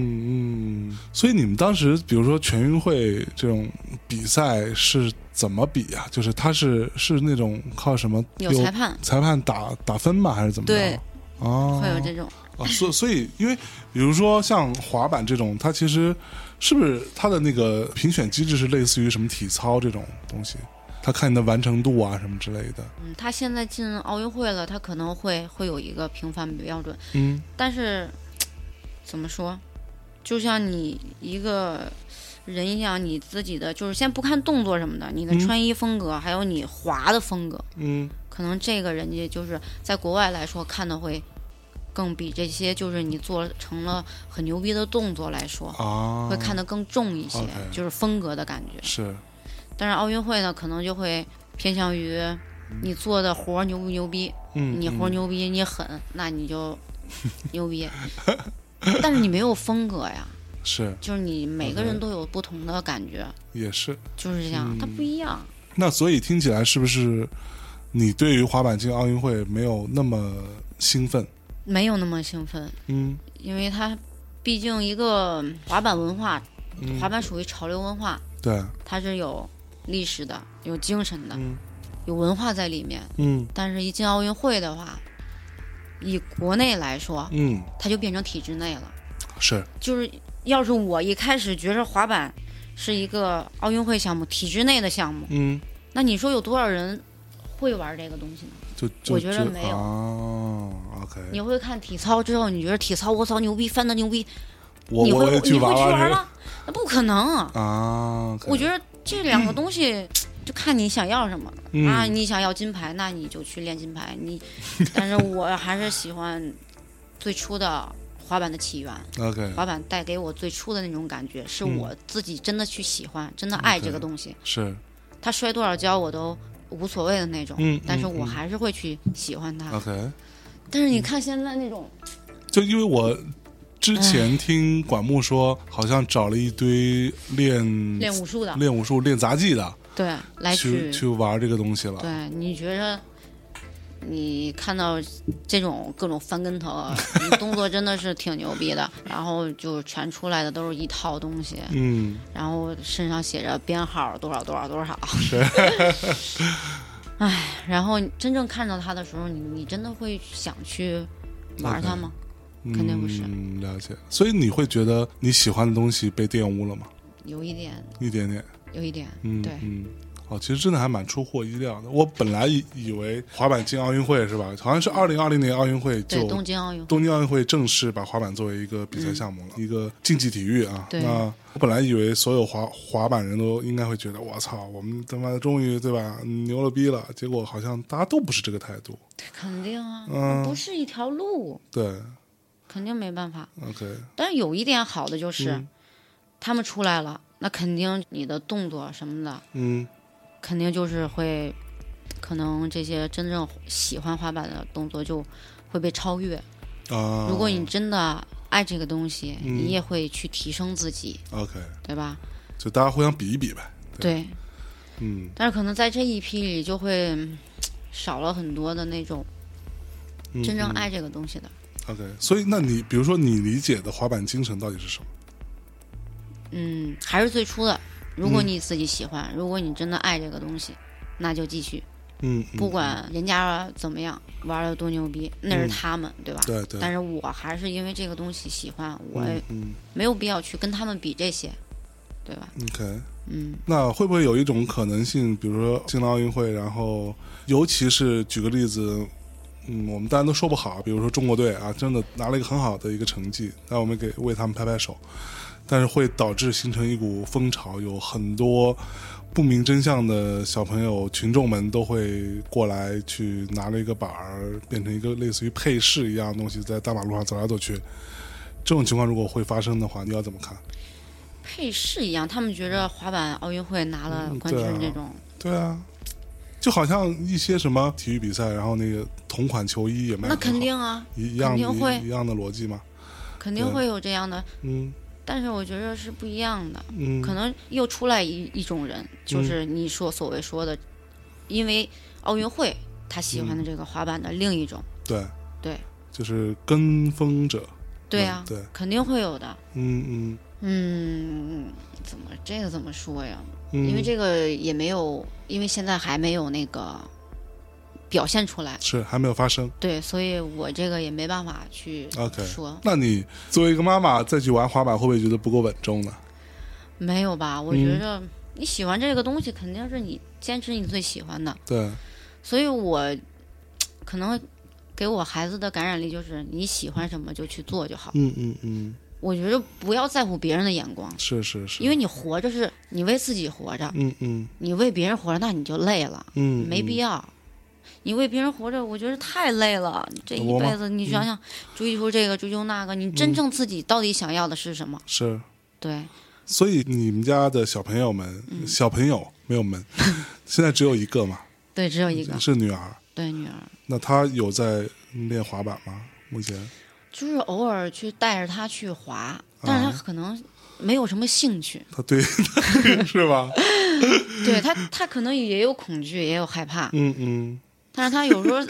A: 嗯嗯。所以你们当时，比如说全运会这种比赛是怎么比啊？就是他是是那种靠什么
B: 有裁判
A: 裁判打打分吗？还是怎么着？
B: 对，
A: 哦，
B: 会有这种，
A: 啊，所所以，因为比如说像滑板这种，它其实是不是它的那个评选机制是类似于什么体操这种东西？它看你的完成度啊什么之类的。
B: 嗯，他现在进奥运会了，他可能会会有一个评判标准，
A: 嗯
B: 但是怎么说，就像你一个人一样，你自己的就是先不看动作什么的，你的
A: 嗯
B: 穿衣风格，还有你滑的风格，
A: 嗯
B: 可能这个人家就是在国外来说看的会更比这些就是你做成了很牛逼的动作来说。
A: 啊，
B: 会看得更重一些
A: OK
B: 就是风格的感觉。
A: 是
B: 但是奥运会呢，可能就会偏向于你做的活儿牛不牛逼，
A: 嗯，
B: 你活儿
A: 嗯
B: 牛逼，你狠，那你就
A: *laughs*
B: 牛逼。但是你没有风格呀，
A: 是
B: 就是你每个
A: OK
B: 人都有不同的感觉，
A: 也是。
B: 就是这样，它
A: 嗯
B: 不一样。
A: 那所以听起来是不是你对于滑板进奥运会没有那么兴奋？
B: 没有那么兴奋，
A: 嗯
B: 因为它毕竟一个滑板文化，
A: 嗯，
B: 滑板属于潮流文化，
A: 对，
B: 它是有历史的、有精神的、
A: 嗯
B: 有文化在里面。
A: 嗯
B: 但是，一进奥运会的话，以国内来说，
A: 嗯，
B: 它就变成体制内了。
A: 是
B: 就是要是我一开始觉着滑板是一个奥运会项目，体制内的项目，
A: 嗯，
B: 那你说有多少人会玩这个东西呢？
A: 就就
B: 我觉得
A: 就
B: 没有
A: 啊。OK，
B: 你会看体操之后，你觉得体操我操牛逼，翻的牛逼，
A: 我
B: 你会
A: 我也
B: 你会
A: 玩
B: 去
A: 玩
B: 玩
A: 这个
B: 吗？那不可能啊、
A: *laughs* 啊，OK，
B: 我觉得这两个东西。就看你想要什么了、
A: 嗯
B: 啊！你想要金牌，那你就去练金
A: *laughs*
B: 牌。你，但是我还是喜欢最初的滑板的起源。
A: OK
B: 滑板带给我最初的那种感觉，
A: 嗯
B: 是我自己真的去喜欢，真的爱这个东西。
A: 是
B: 他摔多少跤我都无所谓的那种，
A: 嗯嗯啊
B: 但是我还是会去喜欢他。
A: OK，
B: 但是你看现在那种，
A: 就因为我之前听管木说，好像找了一堆练
B: 练武术的，
A: 练武术、练杂技的
B: 对，来
A: 去去玩这个东西了。
B: 对，你觉着你看到这种各种翻跟
A: *laughs*
B: 头啊，你动作真的是挺牛逼的，然后就全出来的都是一套东西，
A: 嗯，
B: 然后身上写着编号多少多少多少。 *laughs* 哎，然后你真正看到它的时候，你你真的会想去玩它吗肯定不是
A: 嗯，了解。所以你会觉得你喜欢的东西被玷污了吗？
B: 有一点，
A: 一点点。
B: 有一点，
A: 嗯，
B: 对
A: 嗯。哦，其实真的还蛮出乎我意料的。我本来以以为滑板进奥运会是吧？好像是二零二零年奥运会就
B: 对，东京奥运会，
A: 东京奥运会正式把滑板作为一个比赛项目了，一个竞技体育啊。
B: 对
A: 那我本来以为所有滑滑板人都应该会觉得，我操，我们他妈的终于对吧，牛了逼了。结果好像大家都不是这个态度。
B: 肯定啊，
A: 嗯
B: 不是一条路，
A: 对
B: 肯定没办法。
A: ，OK，
B: 但是有一点好的就是，
A: 嗯
B: 他们出来了，那肯定你的动作什么的，
A: 嗯
B: 肯定就是会，可能这些真正喜欢滑板的动作就会被超越。
A: 啊，
B: 如果你真的爱这个东西，你也会去提升自己，
A: OK，
B: 对吧？
A: 就大家互相比一比呗。
B: 对，
A: 嗯
B: 但是可能在这一批里就会嗯少了很多的那种
A: 嗯
B: 真正爱这个东西的。
A: ，OK。所以，那你比如说，你理解的滑板精神到底是什么？
B: 嗯，还是最初的。如果你自己喜欢，如果你真的爱这个东西，那就继续，
A: 嗯，嗯
B: 不管人家怎么样，玩的多牛逼，那是他们，对吧？
A: 对对，
B: 但是我还是因为这个东西喜欢，我
A: 嗯嗯
B: 没有必要去跟他们比这些，对吧？
A: ，OK。
B: 嗯，
A: 那会不会有一种可能性，比如说进了奥运会，然后尤其是举个例子，嗯，我们大家都说不好，比如说中国队啊，真的拿了一个很好的一个成绩，那我们给为他们拍拍手，但是会导致形成一股风潮，有很多不明真相的小朋友群众们都会过来去拿着一个板儿，变成一个类似于配饰一样的东西，在大马路上走来走去。这种情况如果会发生的话，你要怎么看？
B: 配饰一样，他们觉着滑板奥运会拿了
A: 嗯
B: 冠
A: 对啊
B: 军这种，
A: 对啊，就好像一些什么体育比赛，然后那个同款球衣也卖得
B: 那
A: 很好
B: 肯定啊，
A: 一样
B: 肯定会
A: 一一样的逻辑嘛。
B: 肯定
A: 对
B: 会有这样的，
A: 嗯
B: 但是我觉着是不一样的，
A: 嗯，
B: 可能又出来一一种人，就是你说所谓说的，因为奥运会他喜
A: 嗯
B: 欢的这个滑板的另一种，
A: 对
B: 对，
A: 就是跟风者。
B: 对啊
A: 嗯，对，
B: 肯定会有的。
A: 嗯嗯
B: 嗯，怎么这个怎么说呀？
A: 嗯，
B: 因为这个也没有，因为现在还没有那个表现出来，
A: 是还没有发生。
B: 对，所以我这个也没办法去
A: OK，
B: 说。
A: 那你作为一个妈妈再去玩滑板，会不会觉得不够稳重呢？
B: 没有吧？我
A: 嗯
B: 觉着你喜欢这个东西，肯定是你坚持你最喜欢的。
A: 对，
B: 所以我可能给我孩子的感染力就是你喜欢什么就去做就好。
A: 嗯嗯嗯，
B: 我觉得不要在乎别人的眼光，
A: 是是是，
B: 因为你活着是你为自己活着，
A: 嗯嗯
B: 你为别人活着那你就累了，
A: 嗯，
B: 没必
A: 要。
B: 要。你为别人活着，我觉得太累了。你这
A: 我
B: 一
A: 吗
B: 辈子，你想想，追求这个，追求那个，你
A: 嗯
B: 真正自己到底想要的是什么？
A: 是，
B: 对，
A: 所以你们家的小朋友们，
B: 嗯
A: 小朋友没有
B: *laughs*
A: 们，现在只有一个嘛，
B: 对，只有一个，
A: 嗯是女儿。
B: 对女儿。
A: 那他有在练滑板吗？目前
B: 就是偶尔去带着他去滑，但
A: 啊
B: 是他可能没有什么兴趣，
A: 他对 *laughs* 是吧？
B: 对他他可能也有恐惧，也有害怕，
A: 嗯嗯。
B: 但是他有时候，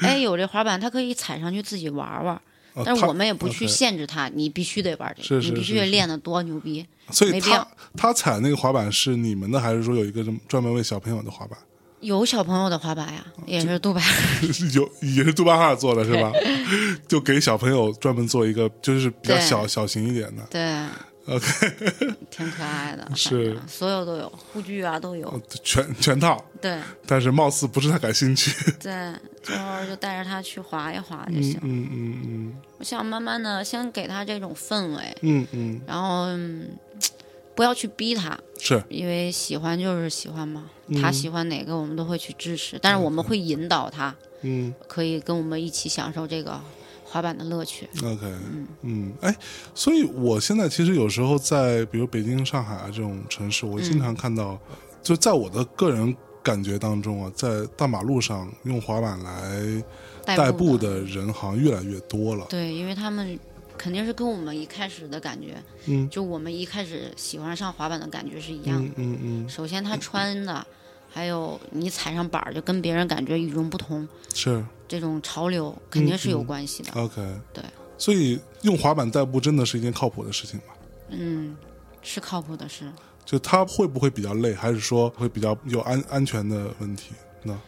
B: 哎，有这滑板，他可以踩上去自己玩玩，
A: 啊
B: 但是
A: 他
B: 我们也不去
A: OK
B: 限制他，你必须得玩这
A: 是
B: 个，
A: 是
B: 你必须
A: 是
B: 得
A: 是
B: 练得多牛逼，
A: 所以
B: 没必
A: 他
B: 要
A: 他踩那个滑板是你们的，还是说有一个什么专门为小朋友的滑板？ *laughs*
B: 有小朋友的滑板呀，
A: 哦
B: *laughs* 也是杜拜，
A: 有也是杜巴哈尔做的是吧？ *laughs* 就给小朋友专门做一个，就是比较
B: 对
A: 小小型一点的。
B: 对
A: *laughs* OK，
B: *laughs* 挺可爱的，
A: *laughs* 是哦
B: 反正所有都有，护具啊都有，
A: 全全套，
B: 对
A: 但是貌似不是太感兴趣。
B: 对，最后就带着他去滑一滑就行。
A: 嗯嗯
B: 我想慢慢的先给他这种氛围，
A: 嗯嗯嗯，
B: 然后、嗯、不要去逼他，
A: 是
B: 因为喜欢就是喜欢嘛，
A: 嗯
B: 他喜欢哪个我们都会去支持，但是我们会引导他，
A: 嗯
B: 可以跟我们一起享受这个滑板的乐趣。
A: OK，嗯，哎，所以我现在其实有时候在比如北京、上海啊这种城市，我经常看到，
B: 嗯
A: 就在我的个人感觉当中啊，在大马路上用滑板来代步
B: 的，
A: 的人好像越来越多了。
B: 对，因为他们肯定是跟我们一开始的感觉，
A: 嗯
B: 就我们一开始喜欢上滑板的感觉是一样的。
A: 嗯嗯嗯，
B: 首先他穿的，还有你踩上板儿就跟别人感觉与众不同，
A: 是
B: 这种潮流
A: 嗯
B: 肯定是有关系的。
A: OK。
B: 对，
A: 所以用滑板代步真的是一件靠谱的事情吗？
B: 嗯，是靠谱的事。
A: 就它会不会比较累，还是说会比较有安安全的问题呢？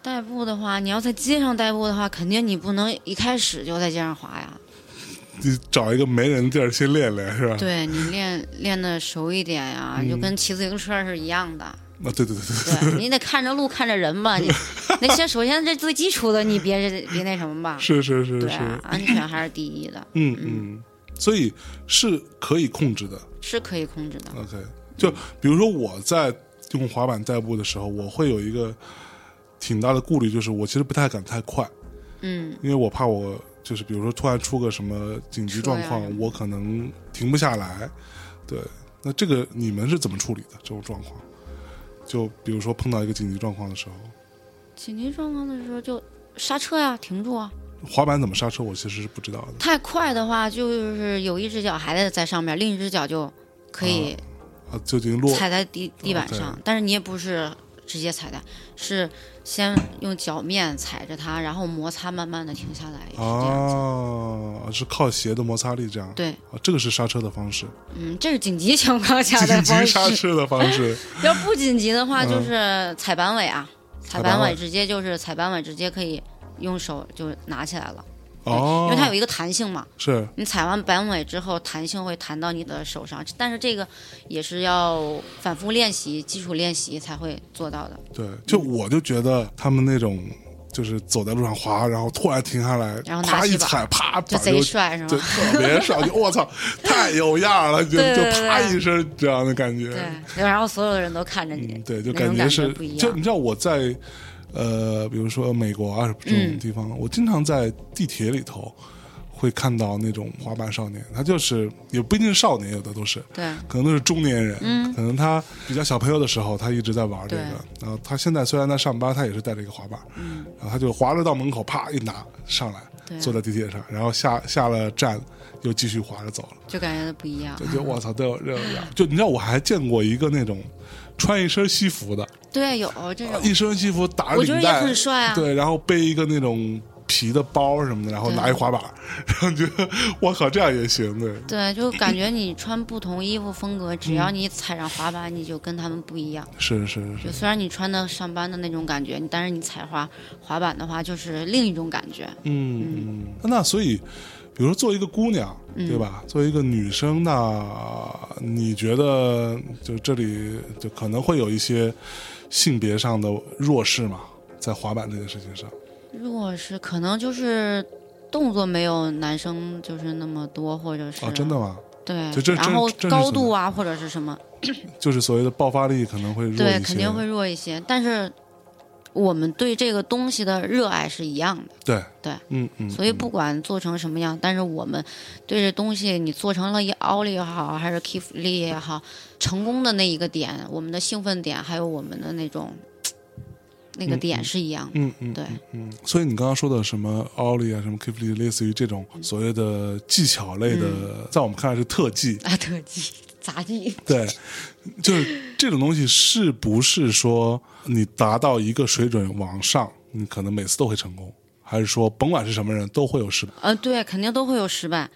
B: 代步的话，你要在街上代步的话，肯定你不能一开始就在街上滑呀。
A: 你找一个没人的地儿先练练是吧？
B: 对你练练的熟一点呀，
A: 嗯
B: 就跟骑自行车是一样的。
A: 啊，对对对对， *laughs*
B: 对你得看着路，看着人吧。你那些首先这最基础的，你别别那什么吧。
A: 是是是
B: 对
A: 是。
B: 啊， *laughs* 安全还是第一的，
A: 嗯，嗯，所以是可以控制的。
B: 是可以控制的。
A: OK，就比如说我在用滑板代步的时候，我会有一个挺大的顾虑，就是我其实不太敢太快，
B: 嗯，
A: 因为我怕我就是比如说突然出个什么紧急状况
B: 出呀，
A: 我可能停不下来。对，那这个你们是怎么处理的这种状况？就比如说碰到一个紧急状况的时候，
B: 紧急状况的时候就刹车呀，停住啊，
A: 滑板怎么刹车，我其实是不知道的。
B: 太快的话，就是有一只脚还在在上面，另一只脚就可以
A: 啊，究竟落
B: 踩在
A: 啊
B: 地地板上，但是你也不是直接踩在，是先用脚面踩着它，然后摩擦，慢慢的停下来，也是这样子。
A: 啊，是靠鞋的摩擦力这样。
B: 对，
A: 啊，这个是刹车的方式，
B: 嗯，这是紧急情况 *laughs* 下的
A: 紧急
B: 方
A: 刹
B: 式。
A: 车的方
B: *laughs*
A: 式。
B: 要不紧急的话，
A: 嗯
B: 就是踩板尾啊，踩
A: 板
B: 板
A: 尾
B: 尾直接就是踩板尾，直接可以用手就拿起来了，对
A: 哦，
B: 因为它有一个弹性嘛。
A: 是
B: 你踩完板尾之后，弹性会弹到你的手上，但是这个也是要反复练习、基础练习才会做到的。
A: 对，就我就觉得他们那种就是走在路上滑，然后突然停下来，
B: 然后拿
A: 啪一
B: 起板
A: 踩，啪
B: 就
A: 板
B: 贼帅是
A: 就
B: 吗？
A: 特别帅，就我
B: *laughs*
A: 操，太有样儿了，就
B: 对
A: 就
B: 对对
A: 啪一声这样的感觉。
B: 对，然后所有的人都看着你，
A: 嗯，对，就
B: 那种
A: 觉
B: 感
A: 是
B: 不一，
A: 就
B: 样
A: 你。知道我在，呃，比如说美国啊这种地
B: 嗯
A: 方，我经常在地铁里头会看到那种滑板少年，他就是也不一定是少年，有的都是，
B: 对，
A: 可能都是中年人，可能他比较小朋友的时候，他一直在玩这个
B: 嗯对，嗯
A: 然后他现在虽然在上班，他也是带着一个滑板，然后他就滑着到门口，啪一拿上来，
B: 对啊
A: 坐在地铁上，然后下下了站又继续滑着走了。
B: 就感觉不一样
A: 就。
B: *laughs*
A: 觉得我操，都有这样。就你知道，我还见过一个那种穿一身西服的，
B: 对，有哦这种，
A: 啊一身西服打着
B: 我觉
A: 领
B: 得也
A: 带，
B: 很帅啊。
A: 对，然后背一个那种皮的包什么的，然后拿一滑板，然后觉得我靠，这样也行，对，
B: 对，就感觉
A: *laughs*
B: 你穿不同衣服风格，只要
A: 嗯
B: 你踩上滑板，你就跟他们不一样。
A: 是是是，
B: 就虽然你穿的上班的那种感觉，但是你踩滑滑板的话，就是另一种感觉。
A: 嗯，嗯那所以，比如说作为一个姑娘，
B: 嗯
A: 对吧？作为一个女生，那你觉得就这里就可能会有一些性别上的弱势嘛，在滑板这件事情上，哦
B: 弱势可能就是动作没有男生就是那么多，或者是、
A: 啊，真的吗？
B: 对
A: 就这，
B: 然后
A: 这这是
B: 高度啊或者是什么，
A: 就是所谓的爆发力可能会弱一些，
B: 对，肯定会弱一些。但是我们对这个东西的热爱是一样的，
A: 对
B: 对，
A: 嗯嗯，
B: 所以不管做成什么样，但是我们对这东西你做成了一奥利也好，还是 k i f 力也好，成功的那一个点，我们的兴奋点，还有我们的那种那个点是一样的，
A: 嗯嗯，
B: 对。
A: 嗯，所以你刚刚说的什么奥利啊，什么 k i p l y 类似于这种所谓的技巧类的，
B: 嗯
A: 在我们看来是特技，
B: 啊，特技、杂技，
A: 对，就是这种东西是不是说你达到一个水准往上，你可能每次都会成功，还是说甭管是什么人都会有失败？
B: *laughs* 呃，对，肯定都会有失败。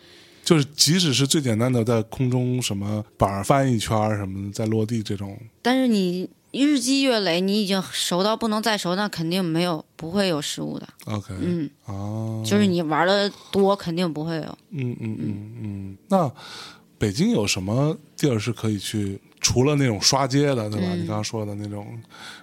A: 就是即使是最简单的在空中什么板儿翻一圈儿什么的，再落地这种，
B: 但是你日积月累，你已经熟到不能再熟，那肯定没有不会有失误的。
A: OK，
B: 嗯，
A: 啊，
B: 就是你玩的多，肯定不会有。
A: 嗯嗯嗯嗯，那北京有什么地儿是可以去？除了那种刷街的，对吧？
B: 嗯
A: 你刚刚说的那种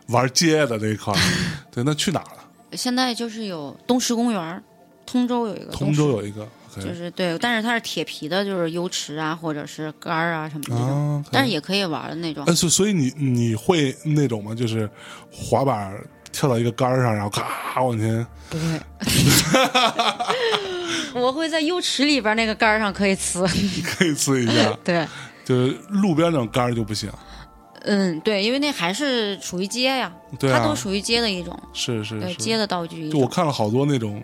A: 玩街的那一块儿，
B: *laughs*
A: 对，那去哪儿了？
B: 现在就是有东石公园儿，通州有一个
A: 通
B: 东
A: 州
B: 石
A: 有一个，OK，啊
B: 就是对，但是它是铁皮的，就是油池啊，或者是杆儿啊什么的那种，
A: 啊，OK
B: 但是也可以玩的那种
A: 哎，。所所以你你会那种吗？就是滑板儿跳到一个杆儿上，然后咔往前， *laughs*
B: 不会， *laughs* 我会在油池里边儿那个杆儿上可以呲。，
A: 你可以刺一下
B: 对，
A: 就是路边那种杆儿就不行。
B: 嗯，对，因为那还是属于街呀，
A: 对啊
B: 它都属于街的一种，
A: 是是
B: 对，
A: 是，
B: 街的道具一
A: 就我
B: 种。
A: 看了好多那种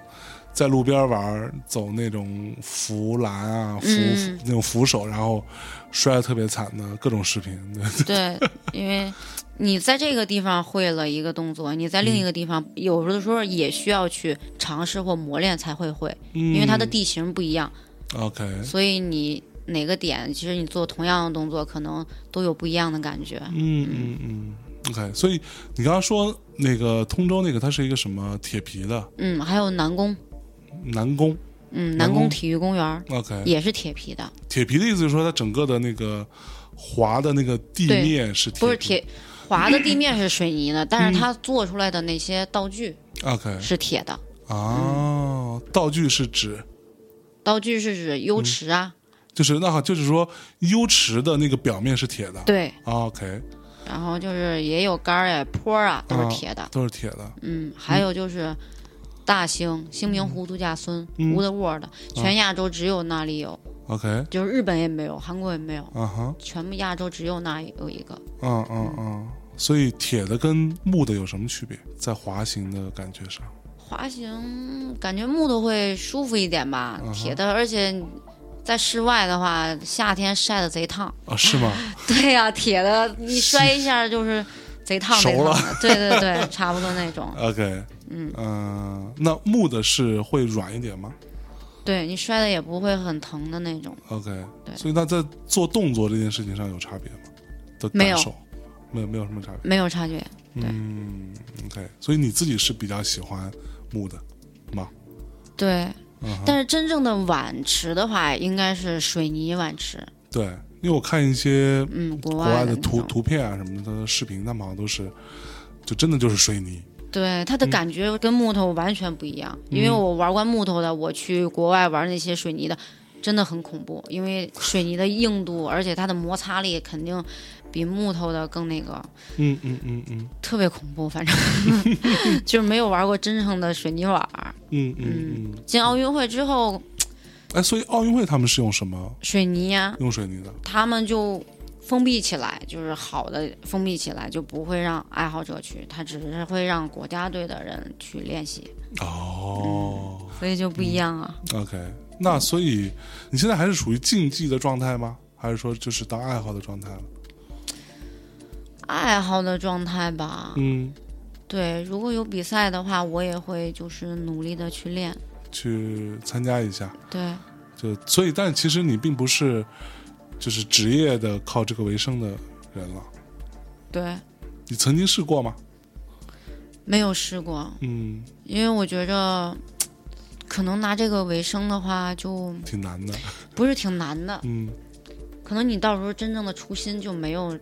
A: 在路边玩儿走那种扶栏啊、扶、
B: 嗯
A: 那种扶手，然后摔得特别惨的各种视频。 *laughs* 嗯对
B: 对，因为你在这个地方会了一个动作，你
A: 嗯
B: 在另一个地方、有的时候也需要去尝试或磨练才会会，
A: 嗯、
B: 因为它的地形不一样，
A: OK 嗯
B: 所以你哪个点，其实你做同样的动作，可能都有不一样的感觉。
A: 嗯嗯嗯 OK，所以你刚刚说那个通州那个，它是一个什么铁皮的
B: 嗯，还有南宫，
A: 南宫
B: 嗯，
A: 南
B: 南宫
A: 宫
B: 体育公园儿
A: OK，
B: 也是铁皮的，
A: 铁皮的意思就是说它整个的那个滑的那个地
B: 对
A: 面是铁
B: 不是
A: 皮
B: 铁。滑的地面是水泥的，但是它做出来的那些道具
A: OK
B: 是铁的。
A: 啊，道具是指
B: 道具是指优池啊，
A: 就是那好，就是说优池的那个表面是铁的。啊
B: 对，
A: OK，
B: 然后就是也有杆儿呀、坡儿啊，都是铁的。
A: 啊都是铁的。
B: 嗯，还有就是大兴、兴平湖度假村、
A: 嗯
B: Wood World，全亚洲只有那里有，
A: OK，
B: 就是日本也没有，韩国也没有，
A: 啊哈，
B: 全部亚洲只有那里有一个。
A: 嗯嗯嗯。所以铁的跟木的有什么区别？在滑行的感觉上，
B: 滑行感觉木头会舒服一点吧，
A: 嗯哼
B: 铁的，而且在室外的话，夏天晒的贼烫。 *laughs*
A: 啊，是吗？
B: 对呀、铁的你摔一下就是贼烫
A: 熟
B: 贼烫
A: 了
B: 的，对对
A: *laughs*
B: 对，差不多那种。
A: OK，
B: 嗯
A: 嗯、那木的是会软一点吗
B: 对你摔的也不会很疼的那种，
A: ？OK，
B: 对
A: 所以那在做动作这件事情上有差别吗？的
B: 没有
A: 感受，没有，没有什么差别。
B: 没有察觉。
A: 嗯，OK，所以你自己是比较喜欢木的吗？
B: 对，
A: 嗯哼，
B: 但是真正的碗池的话，应该是水泥碗池。
A: 对，因为我看一些
B: 嗯，国
A: 国
B: 外
A: 外的
B: 那
A: 图
B: 种
A: 图片啊什么的视频，他们好像都是，就真的就是水泥。
B: 对它的感觉跟木头完全不一样，因为我玩过木头的，我去国外玩那些水泥的，真的很恐怖，因为水泥的硬度，而且它的摩擦力肯定比木头的更那个，
A: 嗯嗯嗯嗯
B: 特别恐怖。反正 *laughs* 就是没有玩过真正的水泥碗儿。
A: 嗯嗯嗯。
B: 进奥运会之后，
A: 哎，所以奥运会他们是用什么？
B: 水泥呀、
A: 用水泥的？
B: 他们就封闭起来，就是好的封闭起来，就不会让爱好者去，他只是会让国家队的人去练习，
A: 哦、
B: 所以就不一样啊。
A: o k 那所以你现在还是属于竞技的状态吗？还是说就是当爱好的状态了？
B: 爱好的状态吧。
A: 嗯，
B: 对，如果有比赛的话，我也会就是努力的去练。
A: 去参加一下。
B: 对，
A: 就所以，但其实你并不是就是职业的靠这个为生的人了。
B: 对，
A: 你曾经试过吗？
B: 没有试过，
A: 嗯，
B: 因为我觉着。可能拿这个为生的话，就
A: 挺难的。
B: 不是挺难的。
A: 嗯
B: 可能你到时候真正的初心就没有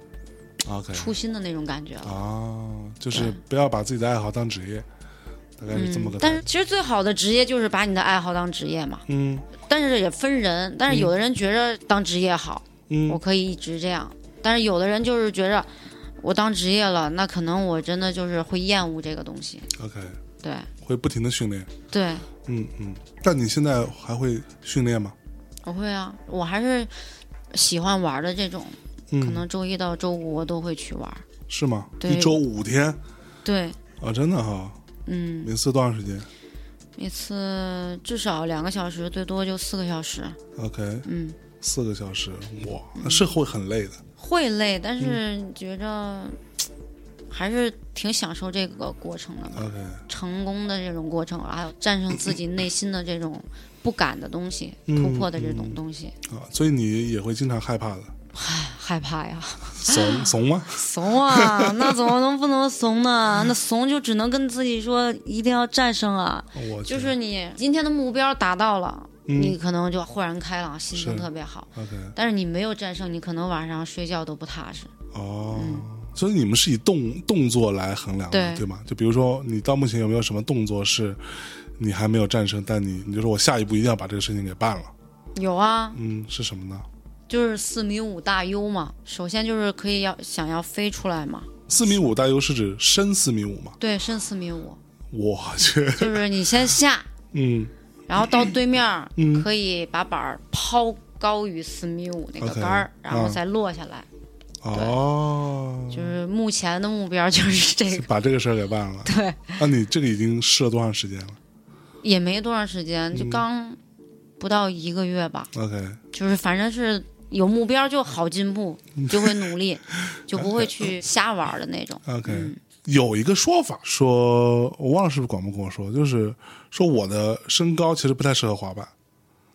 A: ，OK。
B: 初心的那种感觉了。
A: 啊，就是不要把自己的爱好当职业，大概是这么
B: 嗯
A: 个。态
B: 但
A: 度。
B: 是其实最好的职业就是把你的爱好当职业嘛，
A: 嗯
B: 但是也分人。但是有的人觉着当职业好，我
A: 嗯
B: 可以一直这样。但是有的人就是觉着我当职业了，那可能我真的就是会厌恶这个东西。
A: ，OK，
B: 对
A: 会不停的训练。
B: 对，
A: 嗯嗯，但你现在还会训练吗？
B: 我会啊，我还是喜欢玩的这种，
A: 嗯，
B: 可能周一到周五我都会去玩。
A: 是吗？
B: 对
A: 一周五天
B: 对，
A: 啊，真的哈，
B: 嗯，
A: 每次多长时间
B: 每次至少两个小时，最多就四个小时。
A: ？OK，
B: 嗯，
A: 四个小时，哇，是会很累的。
B: 会累，但是觉着还是挺享受这个过程的吧。
A: OK，
B: 成功的这种过程，还有战胜自己内心的这种不敢的东西，
A: 嗯
B: 突破的这种东西，
A: 啊，所以你也会经常害怕的，
B: 唉，害怕呀， *laughs*
A: *laughs* 怂怂吗？
B: 怂啊，那怎么能不能怂呢？那怂就只能跟自己说，一定要战胜啊。
A: 我去
B: 就是你今天的目标达到了，
A: 嗯
B: 你可能就豁然开朗，心情
A: 是
B: 特别好。
A: OK
B: 但是你没有战胜，你可能晚上睡觉都不踏实。
A: 哦。所以你们是以动动作来衡量的，
B: 嗯对
A: 对吗？就比如说，你到目前有没有什么动作是你还没有战胜，但你你就说我下一步一定要把这个事情给办了？
B: 有啊，
A: 嗯，是什么呢？
B: 就是四米五大 U 嘛，首先就是可以要想要飞出来嘛，
A: 四米五大 U 是指深四米五吗？
B: 对，深四米五，
A: 我去，
B: 就是你先下。
A: 嗯
B: 然后到对面儿
A: 嗯
B: 可以把板儿抛高于四米五那个
A: OK，
B: 杆儿，然后
A: 嗯
B: 再落下来。
A: 哦，
B: 就是目前的目标就是这个，
A: 把这个事儿给办了。
B: 对，
A: 那、你这个已经试了多长时间了
B: *laughs* 也没多长时
A: 嗯
B: 间，就刚不到一个月吧。
A: ？OK，
B: 就是反正是有目标就好进步，
A: 嗯
B: 就会
A: *laughs*
B: 努力，就不会去瞎玩儿的那种。
A: OK，、
B: 嗯
A: 有一个说法说，我忘了是不是广播跟我说，就是说我的身高其实不太适合滑板，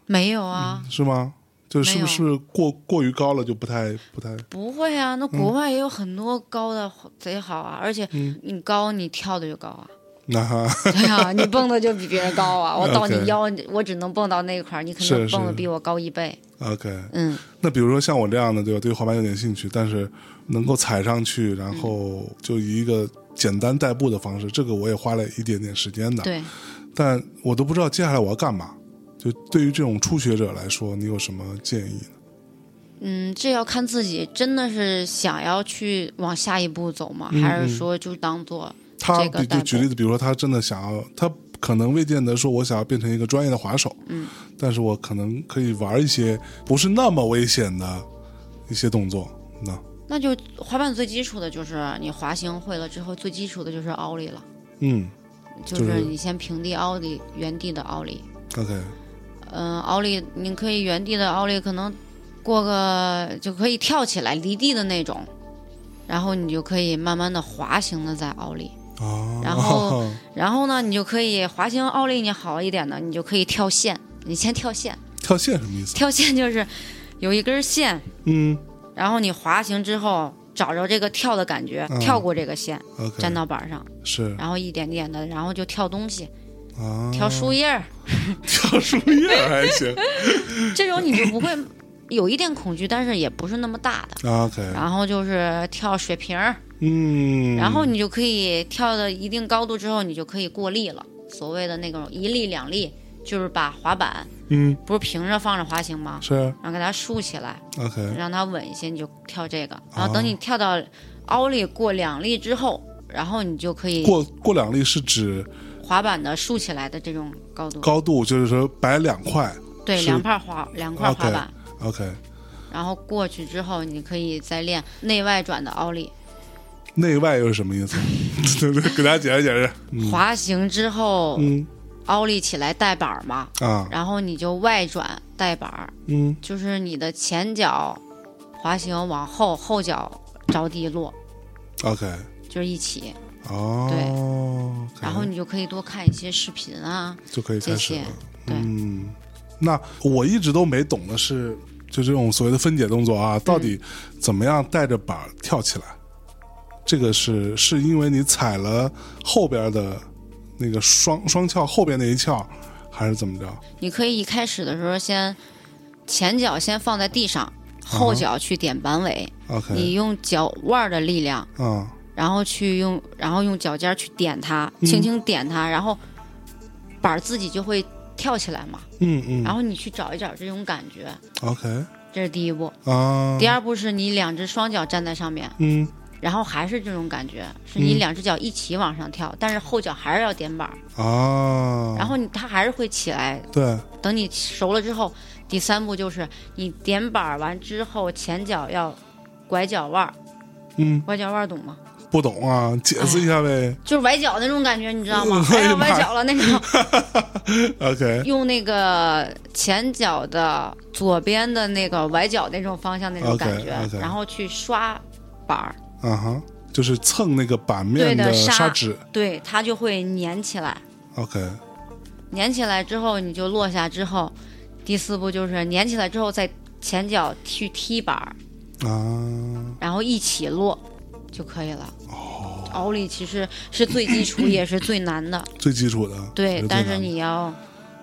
B: 没有啊，
A: 是吗？就是是不是
B: 没
A: 是过过于高了就不太不太 *laughs*
B: 不会啊，
A: 嗯
B: 那国外也有很多高的贼好啊，而且你高你跳的就高啊。
A: 那哈
B: *laughs* 对啊，你蹦的就比别人高啊！我到你
A: OK
B: 腰，我只能蹦到那块儿，你肯
A: 是
B: 定
A: 是
B: 蹦的比我高一倍。
A: OK？
B: 嗯，
A: 那比如说像我这样的，对吧？对滑板有点兴趣，但是能够踩上去，然后就以一个简单代步的方式，这个我也花了一点点时间的，
B: 对，
A: 但我都不知道接下来我要干嘛。就对于这种初学者来说，你有什么建议呢？
B: 嗯，这要看自己真的是想要去往下一步走吗？
A: 嗯
B: 还是说就当做
A: 他
B: 这个
A: 比
B: 代
A: 就
B: 步
A: 举例子，比如说他真的想要，他可能未见得说我想要变成一个专业的滑手，
B: 嗯，
A: 但是我可能可以玩一些不是那么危险的一些动作。那
B: 那就滑板最基础的就是你滑行会了之后，最基础的就是奥利了。
A: 嗯
B: 就
A: 就是
B: 是你先平地奥利，原地的奥利。
A: OK，
B: 嗯、奥利你可以原地的奥利，可能过个就可以跳起来离地的那种，然后你就可以慢慢的滑行的在奥利。
A: 哦，
B: 然后然后呢，你就可以滑行奥利，你好一点的，你就可以跳线。你先跳线，
A: *laughs*
B: *laughs*
A: 跳线什么意思？
B: 跳线就是有一根线，
A: 嗯
B: 然后你滑行之后找着这个跳的感觉，
A: 嗯
B: 跳过这个线，
A: ，OK，
B: 站到板上，
A: 是
B: 然后一点点的，然后就跳东西，
A: 啊，
B: 跳树叶儿，
A: 跳树叶儿还
B: *laughs*
A: 行
B: 这种你就不会有一点恐惧，但是也不是那么大的。
A: 啊，OK，
B: 然后就是跳水瓶儿，
A: 嗯，
B: 然后你就可以跳到一定高度之后，你就可以过力了。所谓的那种一力两力，就是把滑板
A: 嗯
B: 不是平着放着滑行吗？
A: 是
B: 然后给它竖起来，
A: OK，
B: 让它稳一些，你就跳这个。然
A: 哦
B: 后等你跳到凹力过两力之后，然后你就可以
A: 过过两粒是指
B: 滑板的竖起来的这种高度，
A: 高度，就是说摆两块
B: 对，
A: 是
B: 两块滑两块滑板，
A: ，OK，
B: 然后过去之后，你可以再练内外转的奥利。
A: 内外又是什么意思？ *laughs* 对对，给大家解释解释。
B: 滑行之后，
A: 嗯
B: 奥利起来带板儿嘛，
A: 啊，
B: 然后你就外转带板儿，
A: 嗯
B: 就是你的前脚滑行往后，后脚着地落，
A: ，OK，
B: 就是一起。
A: 哦，对
B: 然后你就可以多看一些视频啊，
A: 就可以开
B: 这
A: 始
B: 些
A: 了。。
B: 对，
A: 嗯，那我一直都没懂的是，就这种所谓的分解动作啊，到底怎么样带着板儿跳起来？这个是是因为你踩了后边的那个双双翘后边那一翘，还是怎么着？
B: 你可以一开始的时候先前脚先放在地上，后脚去点板尾，
A: OK，
B: 你用脚腕儿的力量，
A: 啊，
B: 然后去用，然后用脚尖儿去点它，轻轻点它，然后板儿自己就会跳起来嘛。
A: 嗯嗯
B: 然后你去找一找这种感觉，
A: ，OK，
B: 这是第一步。
A: 啊，
B: 第二步是你两只双脚站在上面，
A: 嗯
B: 然后还是这种感觉，是你两只脚一起往上跳，但是后脚还是要点板儿，
A: 嗯啊，
B: 然后你它还是会起来。
A: 对，
B: 等你熟了之后，第三步就是你点板儿完之后，前脚要拐脚腕儿，
A: 嗯，
B: 拐脚腕儿懂吗？
A: 不懂啊，解释一下呗。？
B: 就是崴脚那种感觉，你知道吗哎
A: 哎呀
B: 呀，
A: 妈
B: 崴
A: 呀
B: 脚了那种。
A: *laughs* OK，
B: 用那个前脚的左边的那个崴脚那种方向那种感觉
A: OK，OK
B: 然后去刷板儿，
A: 啊哈，就是蹭那个板面
B: 对的
A: 砂
B: 砂
A: 纸。
B: 对，它就会粘起来。
A: OK，
B: 粘起来之后，你就落下之后，第四步就是粘起来之后，再前脚去踢板儿，
A: 啊，
B: 然后一起落就可以了。哦，奥利其实是最基础也是最
A: *clears throat*
B: 难的，
A: 最基础的。也
B: 对
A: 最，
B: 但
A: 难
B: 是
A: 的
B: 你要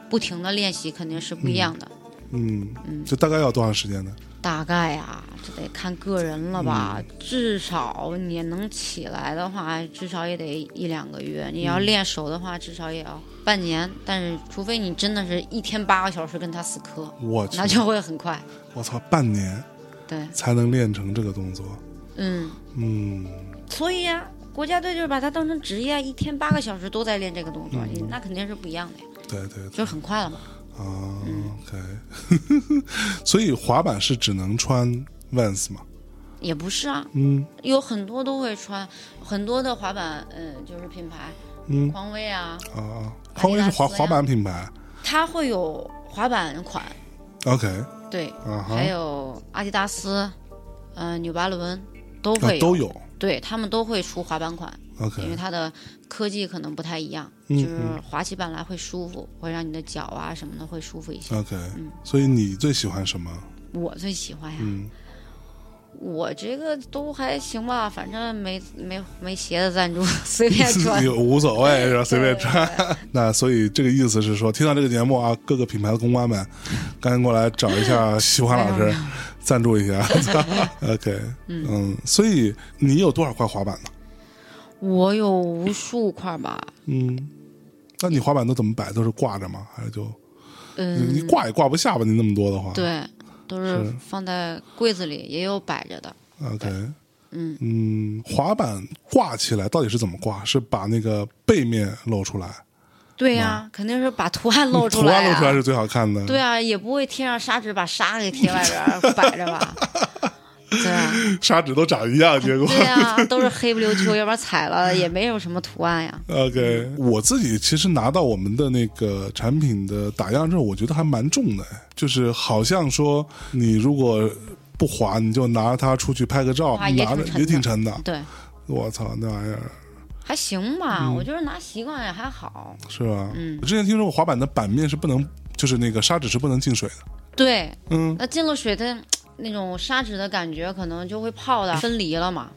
B: 不停的练习，肯定是不一样的。
A: 嗯，就大概要多长时间呢？
B: 大概呀、这得看个人了吧。
A: 嗯
B: 至少你能起来的话，至少也得一两个月。你要练手的话，至少也要半年。但是，除非你真的是一天八个小时跟他死磕，
A: 我去
B: 那，就会很快。
A: 我操，半年
B: 对，
A: 才能练成这个动作。
B: 嗯，
A: 嗯，
B: 所以呀、国家队就是把它当成职业，一天八个小时都在练这个动作，
A: 嗯
B: 你那肯定是不一样的呀，
A: 对对对
B: 就是很快了嘛。
A: 啊，OK。所 *laughs* 以滑板是只能穿 Vans 嘛？
B: 也不是啊，
A: 嗯
B: 有很多都会穿，很多的滑板，嗯，就是品牌，
A: 嗯
B: 匡威啊，
A: 啊啊，匡威是滑
B: 阿迪达斯呀
A: 滑板品牌。
B: 它会有滑板款，
A: OK，
B: 对，
A: 啊哈
B: 还，有阿迪达斯，嗯、纽巴伦都
A: 啊
B: 会有，
A: 都有。
B: 对他们都会出滑板款，因为
A: OK，
B: 它的科技可能不太一样，
A: 嗯
B: 就是滑起板来会舒服，会让你的脚啊什么的会舒服一些。
A: OK，所以
B: 嗯
A: 你最喜欢什么？
B: 我最喜欢呀，
A: 嗯
B: 我这个都还行吧，反正没没没鞋的赞助， *laughs* 随便
A: *laughs*
B: 穿。
A: 有无所谓是吧？随便穿。
B: 对。对对
A: 那所以这个意思是说，听到这个节目啊，各个品牌的公关们，赶紧过来找一下喜欢老
B: 哎
A: 师， *laughs* 赞助一
B: *laughs*
A: 下。OK，嗯，所以你有多少块滑板呢？
B: 我有无数块吧，
A: 嗯，那你滑板都怎么摆？都是挂着吗？还是就你
B: 嗯，
A: 你挂也挂不下吧？你那么多的话，
B: 对，都是放在柜子里，也有摆着的。
A: ，OK，
B: 嗯
A: 嗯，滑板挂起来到底是怎么挂？是把那个背面露出来，
B: 对呀、肯定是把图案露出
A: *laughs* 图
B: 来、啊，
A: 案露出来是最好看的。 *laughs*
B: 对啊，也不会贴上砂纸把沙给贴外边儿摆着吧？对啊，
A: 砂纸都长一样，
B: *laughs*
A: 结果
B: 对啊，都是黑不溜秋，要 *laughs* 不然踩了也没有什么图案呀。
A: OK，我自己其实拿到我们的那个产品的打样之后，我觉得还蛮重的，就是好像说你如果不划，你就拿它出去拍个照，
B: 哇啊也
A: 拿着
B: 挺沉的
A: 也挺沉的。
B: 对，
A: 我操，那玩意儿
B: 还行吧，
A: 嗯
B: 我就是拿习惯也还好。
A: 是吧？嗯，我之前听说过滑板的板面是不能，就是那个砂纸是不能进水的。
B: 对，
A: 嗯，
B: 那进了水它那种砂纸的感觉，可能就会泡的分离了嘛。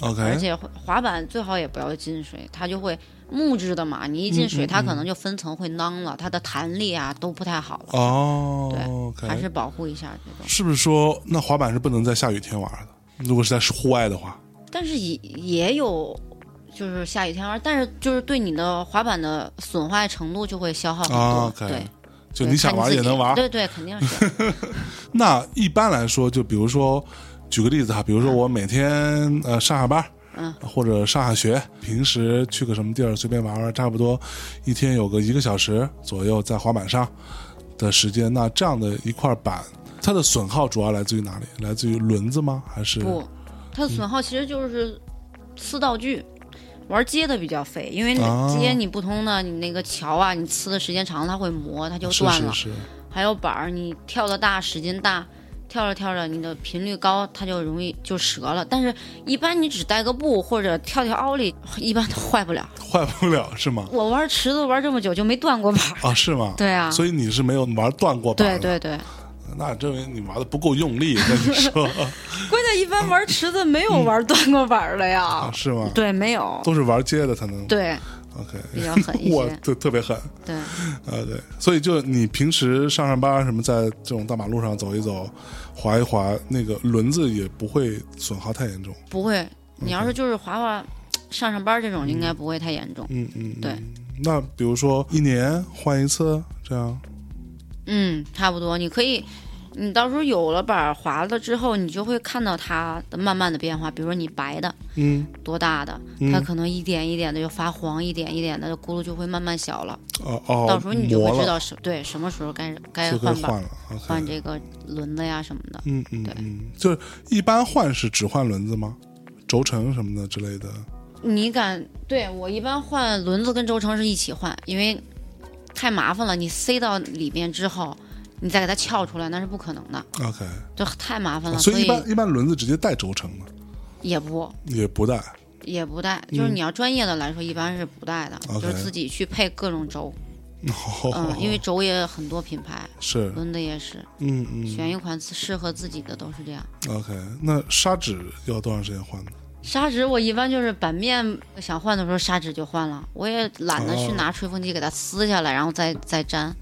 B: 而
A: OK，
B: 且滑板最好也不要进水，它就会木质的嘛，你一进
A: 嗯
B: 水，它可能就分层会囊了，它的弹力啊都不太好了，
A: 哦
B: 还
A: ，OK，
B: 是保护一下这种。
A: 是不是说那滑板是不能在下雨天玩的？如果是在户外的话，
B: 但是也也有。就是下雨天玩，但是就是对你的滑板的损坏程度就会消耗很多。
A: 啊，OK
B: 对，
A: 就
B: 对
A: 你想
B: 看
A: 玩
B: 自
A: 也
B: 己
A: 能玩。
B: 对对，肯定是。
A: 那一般来说，就比如说，举个例子哈，比如说我每天呃上下班，
B: 嗯，
A: 或者上下学，平时去个什么地儿随便玩玩，差不多一天有个一个小时左右在滑板上的时间。那这样的一块板，它的损耗主要来自于哪里？来自于轮子吗？还是
B: 不，它的损耗其实就是呲道具。玩街的比较费，因为
A: 啊
B: 街你不通的，你那个桥啊，你呲的时间长了它会磨，它就是断了。
A: 是是，
B: 还有板儿，你跳的大，使劲大，跳着跳着你的频率高，它就容易就折了。但是，一般你只带个布或者跳跳奥利，一般都坏不了。
A: 坏不了是吗？
B: 我玩池子玩这么久就没断过板儿。
A: 啊，是吗？
B: 对啊，
A: 所以你是没有玩断过板
B: 对
A: 的，
B: 对对，
A: 那证明你玩的不够用力。跟你
B: *laughs*
A: 说
B: 关键一般玩池子没有玩断过板儿的呀
A: 啊，。是吗？
B: 对，没有，
A: 都是玩街的才能
B: 对，
A: OK，
B: 比较狠
A: *laughs*
B: 一
A: 我
B: 些。
A: 特特别狠。
B: 对，
A: 呃，对，所以就你平时上上班什么，在这种大马路上走一走，滑一滑，那个轮子也不会损耗太严重。
B: 不会。你要是就是滑滑上上班儿这种，应该不会太严重。
A: 嗯嗯，嗯
B: 对。
A: 那比如说一年换一次这样，
B: 嗯，差不多。你可以，你到时候有了板儿滑了之后，你就会看到它的慢慢的变化。比如说你白的
A: 嗯，
B: 多大的，它可能一点一点的就发黄，一点一点的轱辘就会慢慢小了。
A: 哦哦，
B: 到时候你就会
A: 磨
B: 知
A: 了
B: 道什对什么时候该该
A: 就可以
B: 换板儿、
A: 换了。OK，
B: 换这个轮子呀什么的。
A: 嗯嗯
B: 对
A: 嗯，就是一般换是只换轮子吗？轴承什么的之类的。
B: 你敢对我一般换轮子跟轴承是一起换，因为太麻烦了。你塞到里面之后，你再给它撬出来，那是不可能的，
A: OK，、
B: 就太麻烦了。
A: 哦所
B: 嗯所
A: 以一般一般轮子直接带轴承的，
B: 也不
A: 也不带。
B: 也不带，就是你要专业的来说，一般是不带的，
A: OK
B: 就是自己去配各种轴。
A: 哦
B: 嗯，，因为轴也很多品牌，
A: 是，
B: 轮子也是，
A: 嗯嗯
B: 选一款适合自己的都是这样。
A: ，OK。那砂纸要多长时间换呢？
B: 砂纸我一般就是板面想换的时候砂纸就换了，我也懒得去
A: 哦
B: 拿吹风机给它撕下来，然后再再粘。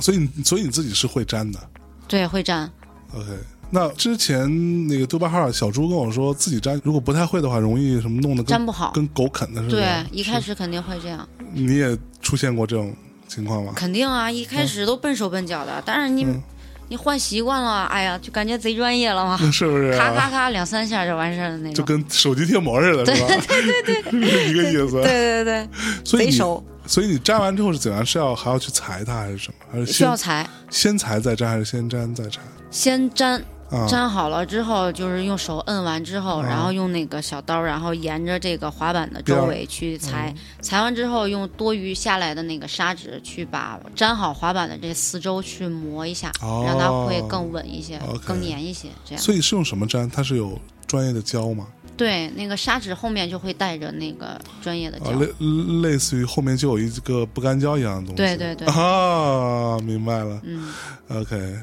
A: 所以你所以你自己是会粘的。
B: 对，会粘。
A: OK，那之前那个杜巴哈尔小猪跟我说，自己粘如果不太会的话，容易什么弄得
B: 粘
A: 跟
B: 不好。
A: 跟狗啃的似
B: 对
A: 的。，
B: 一开始肯定会这样，
A: 你也出现过这种情况吗？ *laughs*
B: 肯定啊，一开始都笨手笨脚的，但是你、
A: 嗯
B: 你换习惯了，哎呀，就感觉贼专业了嘛，
A: 是不是、
B: 咔
A: 啊？
B: 咔咔两三下就完事儿的那
A: 就
B: 种。
A: 跟手机贴膜似的，是吧？对对对 *laughs* 对，一个意
B: 对
A: 思。
B: 对对，
A: *laughs* 所以你
B: 贼熟，
A: 所以你粘完之后是怎样？是要还要去裁它，还是什么？还是
B: 需
A: 先
B: 要裁，
A: 先裁再粘，还是先粘再裁？
B: 先粘，
A: 啊，
B: 粘好了之后就是用手摁完之后，然后用那个小刀，然后沿着这个滑板的
A: 啊
B: 周围去
A: 嗯
B: 裁，裁完之后用多余下来的那个砂纸去把粘好滑板的这四周去磨一下，
A: 哦
B: 让它会更稳一些
A: OK，
B: 更粘一些，这样。
A: 所以是用什么粘？它是有专业的胶吗？
B: 对，那个砂纸后面就会带着那个专业的胶
A: 啊，，类类似于后面就有一个不干胶一样的东西。
B: 对对对
A: *laughs* 啊，明白了。
B: 嗯，
A: OK，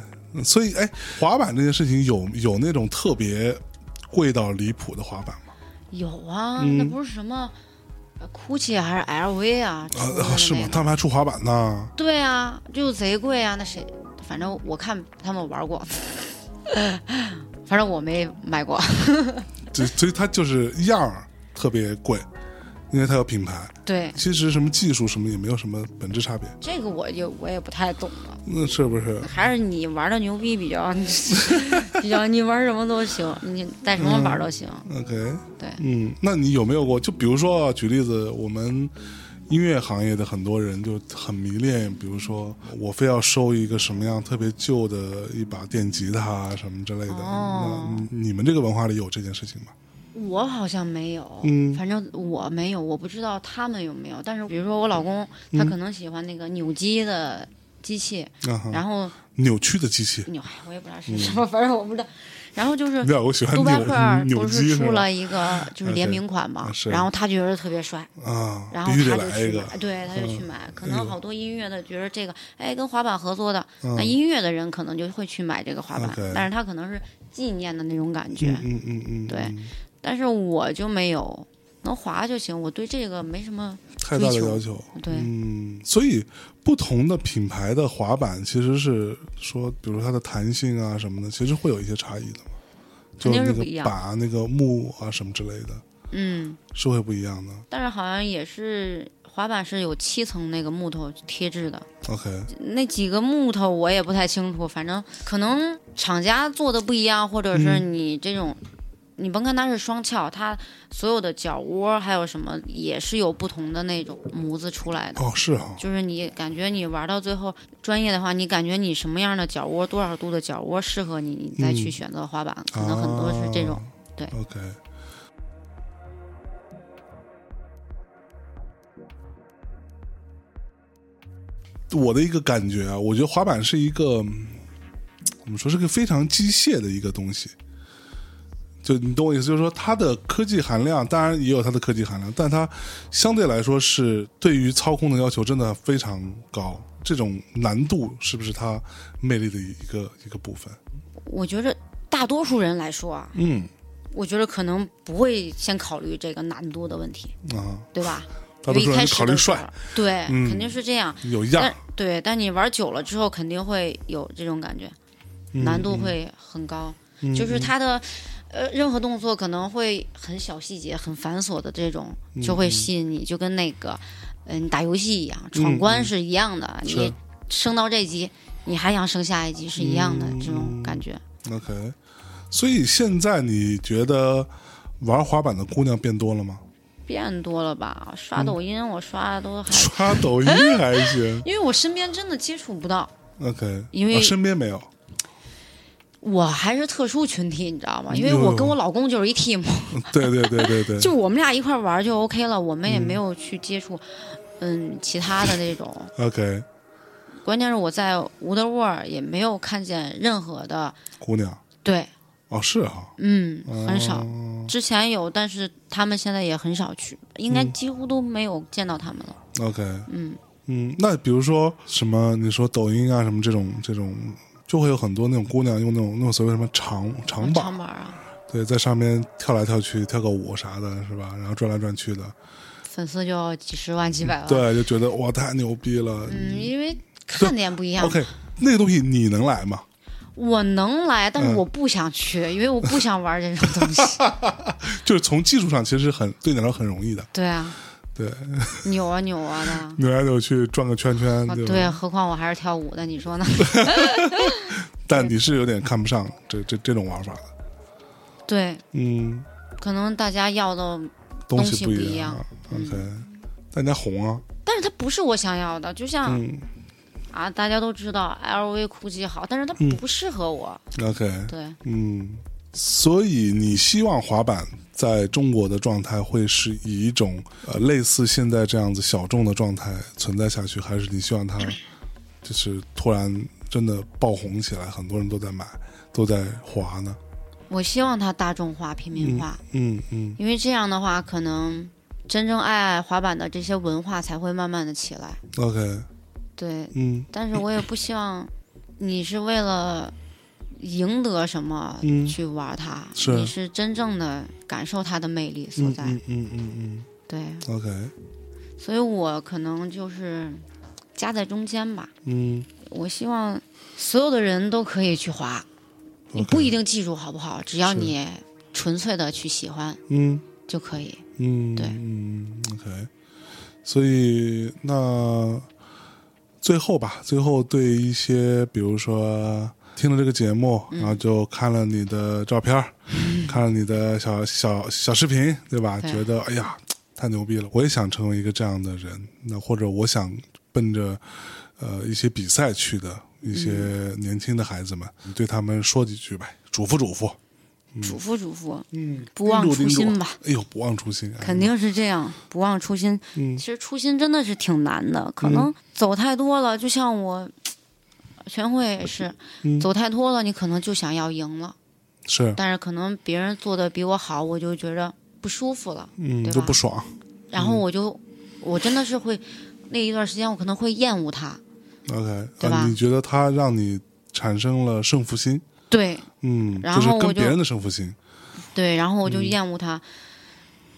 A: 所以哎，滑板这件事情有有那种特别贵到离谱的滑板吗？
B: 有啊，
A: 嗯
B: 那不是什么呃 GUCCI 还是 LV 啊，出的那
A: 啊，
B: 个
A: 是吗？他们还出滑板呢？
B: 对啊，就贼贵啊，那谁，反正我看他们玩过， *laughs* 反正我没买过，
A: 就所以它就是样儿特别贵，因为它有品牌。
B: 对。
A: 其实什么技术什么也没有什么本质差别，
B: 这个我就我也不太懂了，
A: 那是不是？
B: 还是你玩的牛逼比较 *laughs* 比较，你玩什么都行，你带什么板儿都行。
A: OK，
B: 对
A: 嗯，那你有没有过？就比如说啊，举例子，我们音乐行业的很多人就很迷恋，比如说我非要收一个什么样特别旧的一把电吉他啊什么之类的。
B: 哦
A: 那你们这个文化里有这件事情吗？
B: 我好像没有，
A: 嗯
B: 反正我没有，我不知道他们有没有。但是比如说我老公，
A: 嗯
B: 他可能喜欢那个扭机的机器，
A: 啊哈，
B: 然后
A: 扭曲的机器，
B: 扭，哎我也不知道是什么，反正我不知道。然后就是
A: 你老公喜欢
B: 杜拜克尔
A: 嗯扭扭
B: 不
A: 机
B: 是
A: 是
B: 出
A: 吧？
B: 了
A: *laughs*
B: 一个就是联名款嘛
A: 啊，是
B: 然后他觉得特别帅，
A: 啊，
B: 然后
A: 必须得
B: 他就
A: 来一
B: 去
A: 个。
B: 买，对，他就去买。可
A: 哎呦
B: 能好多音乐的觉得这个，哎，跟滑板合作的，
A: 嗯
B: 那音乐的人可能就会去买这个滑板
A: OK，
B: 但是他可能是纪念的那种感觉
A: 嗯。嗯嗯嗯，
B: 对
A: 嗯，
B: 但是我就没有，能滑就行，我对这个没什么
A: 太大的
B: 追求
A: 要求。
B: 对。
A: 嗯，所以不同的品牌的滑板其实是说，比如它的弹性啊什么的，其实会有一些差异的嘛。就
B: 肯定
A: 那
B: 是
A: 个
B: 不一样
A: 把那个木啊什么之类的，
B: 嗯，
A: 是会不一样的。
B: 但是好像也是滑板是有七层那个木头贴制的，
A: OK，
B: 那几个木头我也不太清楚，反正可能厂家做的不一样，或者是你这种，你甭看它是双翘，它所有的脚窝还有什么也是有不同的那种模子出来的。
A: 哦，是哈、
B: 就是你感觉你玩到最后专业的话，你感觉你什么样的脚窝，多少度的脚窝适合你，你再去
A: 嗯哦
B: 选择滑板，
A: 啊，
B: 可能很多是这种。对
A: OK。我的一个感觉啊，我觉得滑板是一个嗯怎么说，是个非常机械的一个东西。就你懂我意思，就是说它的科技含量，当然也有它的科技含量，但它相对来说是对于操控的要求真的非常高。这种难度是不是它魅力的一个一个部分？
B: 我觉着大多数人来说啊，
A: 嗯
B: 我觉得可能不会先考虑这个难度的问题，
A: 啊，
B: 对吧？
A: 大
B: 因
A: 多数
B: 为一开
A: 人
B: 始
A: 考虑
B: 的时候
A: 帅，
B: 对，
A: 嗯
B: 肯定是这样。
A: 有样儿
B: 但，对，但你玩久了之后，肯定会有这种感觉，
A: 嗯
B: 难度会很高。
A: 嗯
B: 就是它的，呃，任何动作可能会很小细节、很繁琐的这种，
A: 嗯
B: 就会吸引你，就跟那个，嗯、你打游戏一样，闯关是一样的。
A: 嗯是
B: 你升到这级，你还想升下一级是一样
A: 嗯
B: 的、这种感觉。
A: OK，所以现在你觉得玩滑板的姑娘变多了吗？
B: 变多了吧？刷
A: 嗯
B: 抖音，我刷的都还，
A: 刷抖音还行。
B: 因为我身边真的接触不到，
A: OK，
B: 因为
A: 啊身边没
B: *laughs*
A: 有。
B: 我还是特殊群体，你知道吗？因为
A: 嗯哟
B: 我跟我老公就是一 team，
A: 对对对对对，
B: 就我们俩一块儿玩儿就 OK 了，我们也没有去接触，嗯，其他的那种。 *laughs*
A: OK，
B: 关键是我在伍德沃尔也没有看见任何的，
A: 姑娘
B: 对，
A: 哦是哈，
B: 嗯，很少。
A: 哦
B: 之前有，但是他们现在也很少去，
A: 嗯
B: 应该几乎都没有见到他们了。
A: OK，
B: 嗯
A: 嗯，那比如说什么？你说抖音啊什么这种这种，就会有很多那种姑娘用那种那种所谓什么长长板，
B: 长板啊，
A: 对，在上面跳来跳去，跳个舞啥的，是吧？然后转来转去的，
B: 粉丝就要几十万、几百万。，
A: 对，就觉得哇太牛逼了。
B: 嗯，因为看点不一样。
A: OK，那个东西你能来吗？
B: 我能来，但
A: 嗯
B: 是我不想去，因为我不想玩这种
A: *laughs*
B: 东西。
A: 就是从技术上其实很对你来说很容易的，
B: 对啊，
A: 对， *laughs*
B: 扭啊扭啊的。
A: 扭来扭去转个圈圈，
B: 啊，
A: 对吧？
B: 对，何况我还是跳舞的，你说呢？
A: 但你是有点看不上这这这种玩法的，
B: 对，
A: 嗯，
B: 可能大家要的，
A: 东
B: 东西
A: 不
B: 不一
A: 样啊。
B: 嗯
A: OK，但人家红啊，
B: 但是它不是我想要的。就像、
A: 嗯
B: 啊，大家都知道 LV、GUCCI 好，但是它
A: 嗯
B: 不适合我。
A: ，OK，
B: 对，
A: 嗯，所以你希望滑板在中国的状态会是以一种呃类似现在这样子小众的状态存在下去，还是你希望它就是突然真的爆红起来，很多人都在买，都在滑呢？
B: 我希望它大众化、平民化，
A: 嗯嗯
B: 因为这样的话，可能真正爱滑板的这些文化才会慢慢的起来。
A: ，OK，
B: 对，
A: 嗯。
B: 但是我也不希望你是为了赢得什么
A: 嗯
B: 去玩它，
A: 是
B: 你是真正的感受它的魅力所
A: 嗯
B: 在。
A: 嗯嗯嗯
B: 对，
A: 嗯，OK，
B: 所以我可能就是夹在中间吧。
A: 嗯
B: 我希望所有的人都可以去滑，你
A: OK
B: 不一定记住好不好，只要
A: 是
B: 你纯粹的去喜欢
A: 嗯
B: 就可以。
A: 嗯，
B: 对
A: 嗯，OK，所以那最后吧，最后对一些比如说听了这个节目，
B: 嗯
A: 然后就看了你的照片儿，看了你的小小小视频，对吧？
B: 对
A: 觉得哎呀，太牛逼了！我也想成为一个这样的人，那或者我想奔着呃一些比赛去的一些
B: 嗯
A: 年轻的孩子们，你对他们说几句呗，嘱咐嘱咐，
B: 嘱咐嘱咐，
A: 嗯，
B: 不忘初心吧。
A: 哎呦，不忘初心，哎
B: 肯定是这样，不忘初心。
A: 嗯
B: 其实初心真的是挺难的，可能走太多了，就像我全会也是，
A: 嗯
B: 走太多了，你可能就想要赢了，
A: 是，
B: 但是可能别人做的比我好，我就觉着不舒服了，
A: 嗯，
B: 对
A: 就
B: 吧
A: 不爽，
B: 然
A: 嗯
B: 后我就、我真的是会那一段时间，我可能会厌恶他。
A: OK，啊，
B: 对吧
A: 你觉得他让你产生了胜负心？
B: 对
A: 嗯，
B: 然
A: 就是
B: 后
A: 跟
B: 我就
A: 别人的胜负心。
B: 对，然后我就
A: 嗯
B: 厌恶他，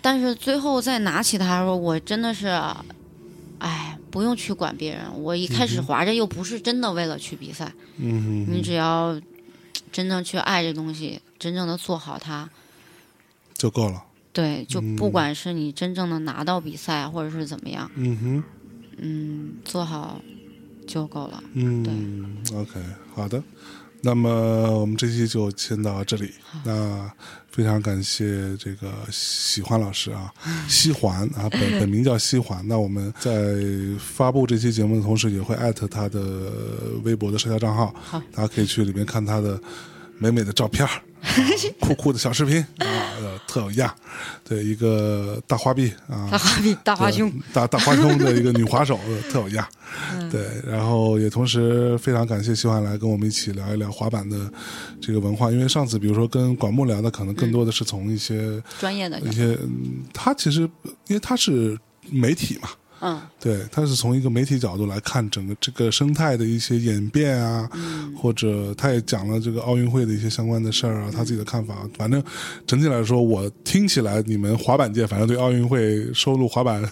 B: 但是最后再拿起他的时候，我真的是，哎，不用去管别人。我一开始划着又不是真的为了去比赛，
A: 嗯哼
B: 你
A: 哼，
B: 只要真正去爱这东西，真正的做好它，
A: 就够了。
B: 对，就
A: 嗯
B: 不管是你真正的拿到比赛，啊或者是怎么样，
A: 嗯哼，
B: 嗯，做好就够了。
A: 嗯，OK，好的。那么我们这期就先到这里。那非常感谢这个喜欢老师啊，西环啊，本本名叫西环。那我们在发布这期节目的同时，也会艾特他的微博的社交账号
B: 好，
A: 大家可以去里面看他的美美的照片儿、啊酷酷的小视频啊，呃特有样儿。对，一个大花臂啊，
B: *laughs* 大花臂，大花
A: 对
B: 胸，
A: 大大花胸的一个女滑手，呃特有样儿。对，然后也同时非常感谢希望来跟我们一起聊一聊滑板的这个文化，因为上次比如说跟广木聊的，可能更多的是从一些、
B: 专业的，
A: 一些，嗯他其实因为他是媒体嘛，
B: 嗯，
A: 对，他是从一个媒体角度来看整个这个生态的一些演变啊，或者他也讲了这个奥运会的一些相关的事儿啊，他自己的看法。反正整体来说，我听起来你们滑板界反正对奥运会收录滑板 *laughs*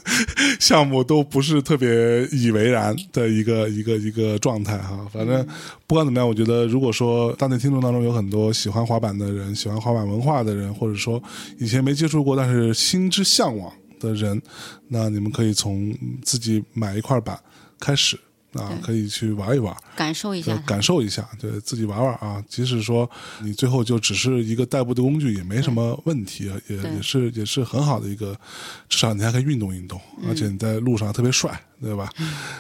A: 项目都不是特别以为然的一个一个一个状态哈、反正不管怎么样，我觉得如果说当地听众当中有很多喜欢滑板的人，喜欢滑板文化的人，或者说以前没接触过但是心之向往的人，那你们可以从自己买一块板开始啊，可以去玩一玩，
B: 感受一
A: 就
B: 下它，
A: 感受一下，对自己玩玩啊。即使说你最后就只是一个代步的工具，也没什么问题，啊，也
B: 对
A: 也是也是很好的一个，至少你还可以运动运动，而且你在路上特别帅，对吧？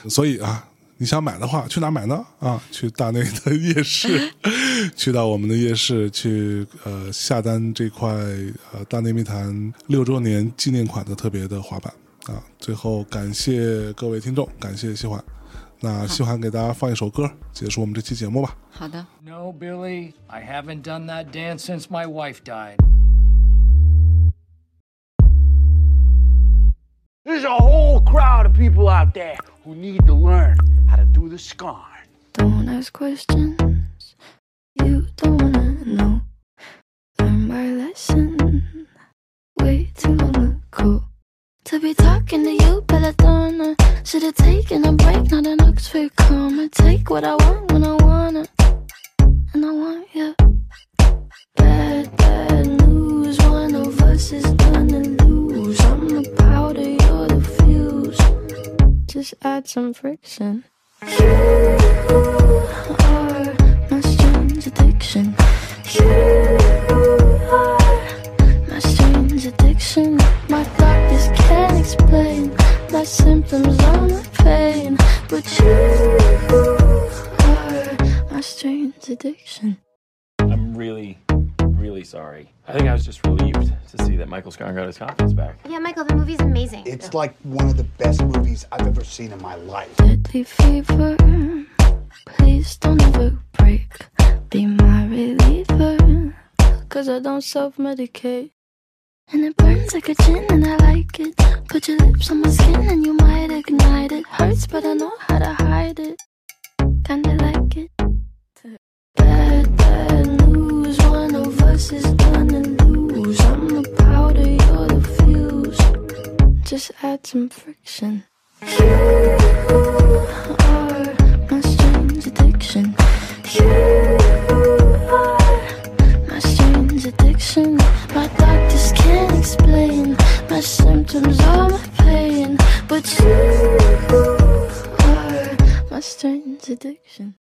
A: 所以啊。你想买的话，去哪买呢？啊，去大内的夜市，去到我们的夜市去呃下单这块呃大内密谈六周年纪念款的特别的滑板啊。最后感谢各位听众，感谢西环。那西环给大家放一首歌，结束我们这期节目吧。
B: 好的。
C: No, Billy, I haven't done that dance since my wife died.
D: There's a whole crowd of people out there who need to learn how to do the scarn.
E: Don't ask questions you don't wanna know. Learn my lesson way too long ago. To be talking to you, but I don't know. Should've taken a break, not an Oxford comma. Take what I want when I wanna, and I want you. Bad, bad news. One of us is gonna lose. I'm the powder, you're the fuse. Just add some friction. You are my strange addiction. You are my strange addiction. My doctors can't explain my symptoms or my pain, but you are my strange addiction.
F: I'm really, really sorry. I think I was just relieved to see that Michael Scott got his confidence back.
G: Yeah, Michael, the movie's amazing.
H: It's like one of the best movies I've ever seen in my life.
E: Deadly fever, please don't ever break. Be my reliever, cause I don't self medicate. And it burns like a gin, and I like it. Put your lips on my skin, and you might ignite it. Hurts, but I know how to hide it. Kinda like it. Bad, bad news. One of us is gonna lose. I'm the powder, you're the fuse. Just add some friction. You are my strange addiction. You are my strange addiction. My doctors can't explain my symptoms or my pain, but you are my strange addiction.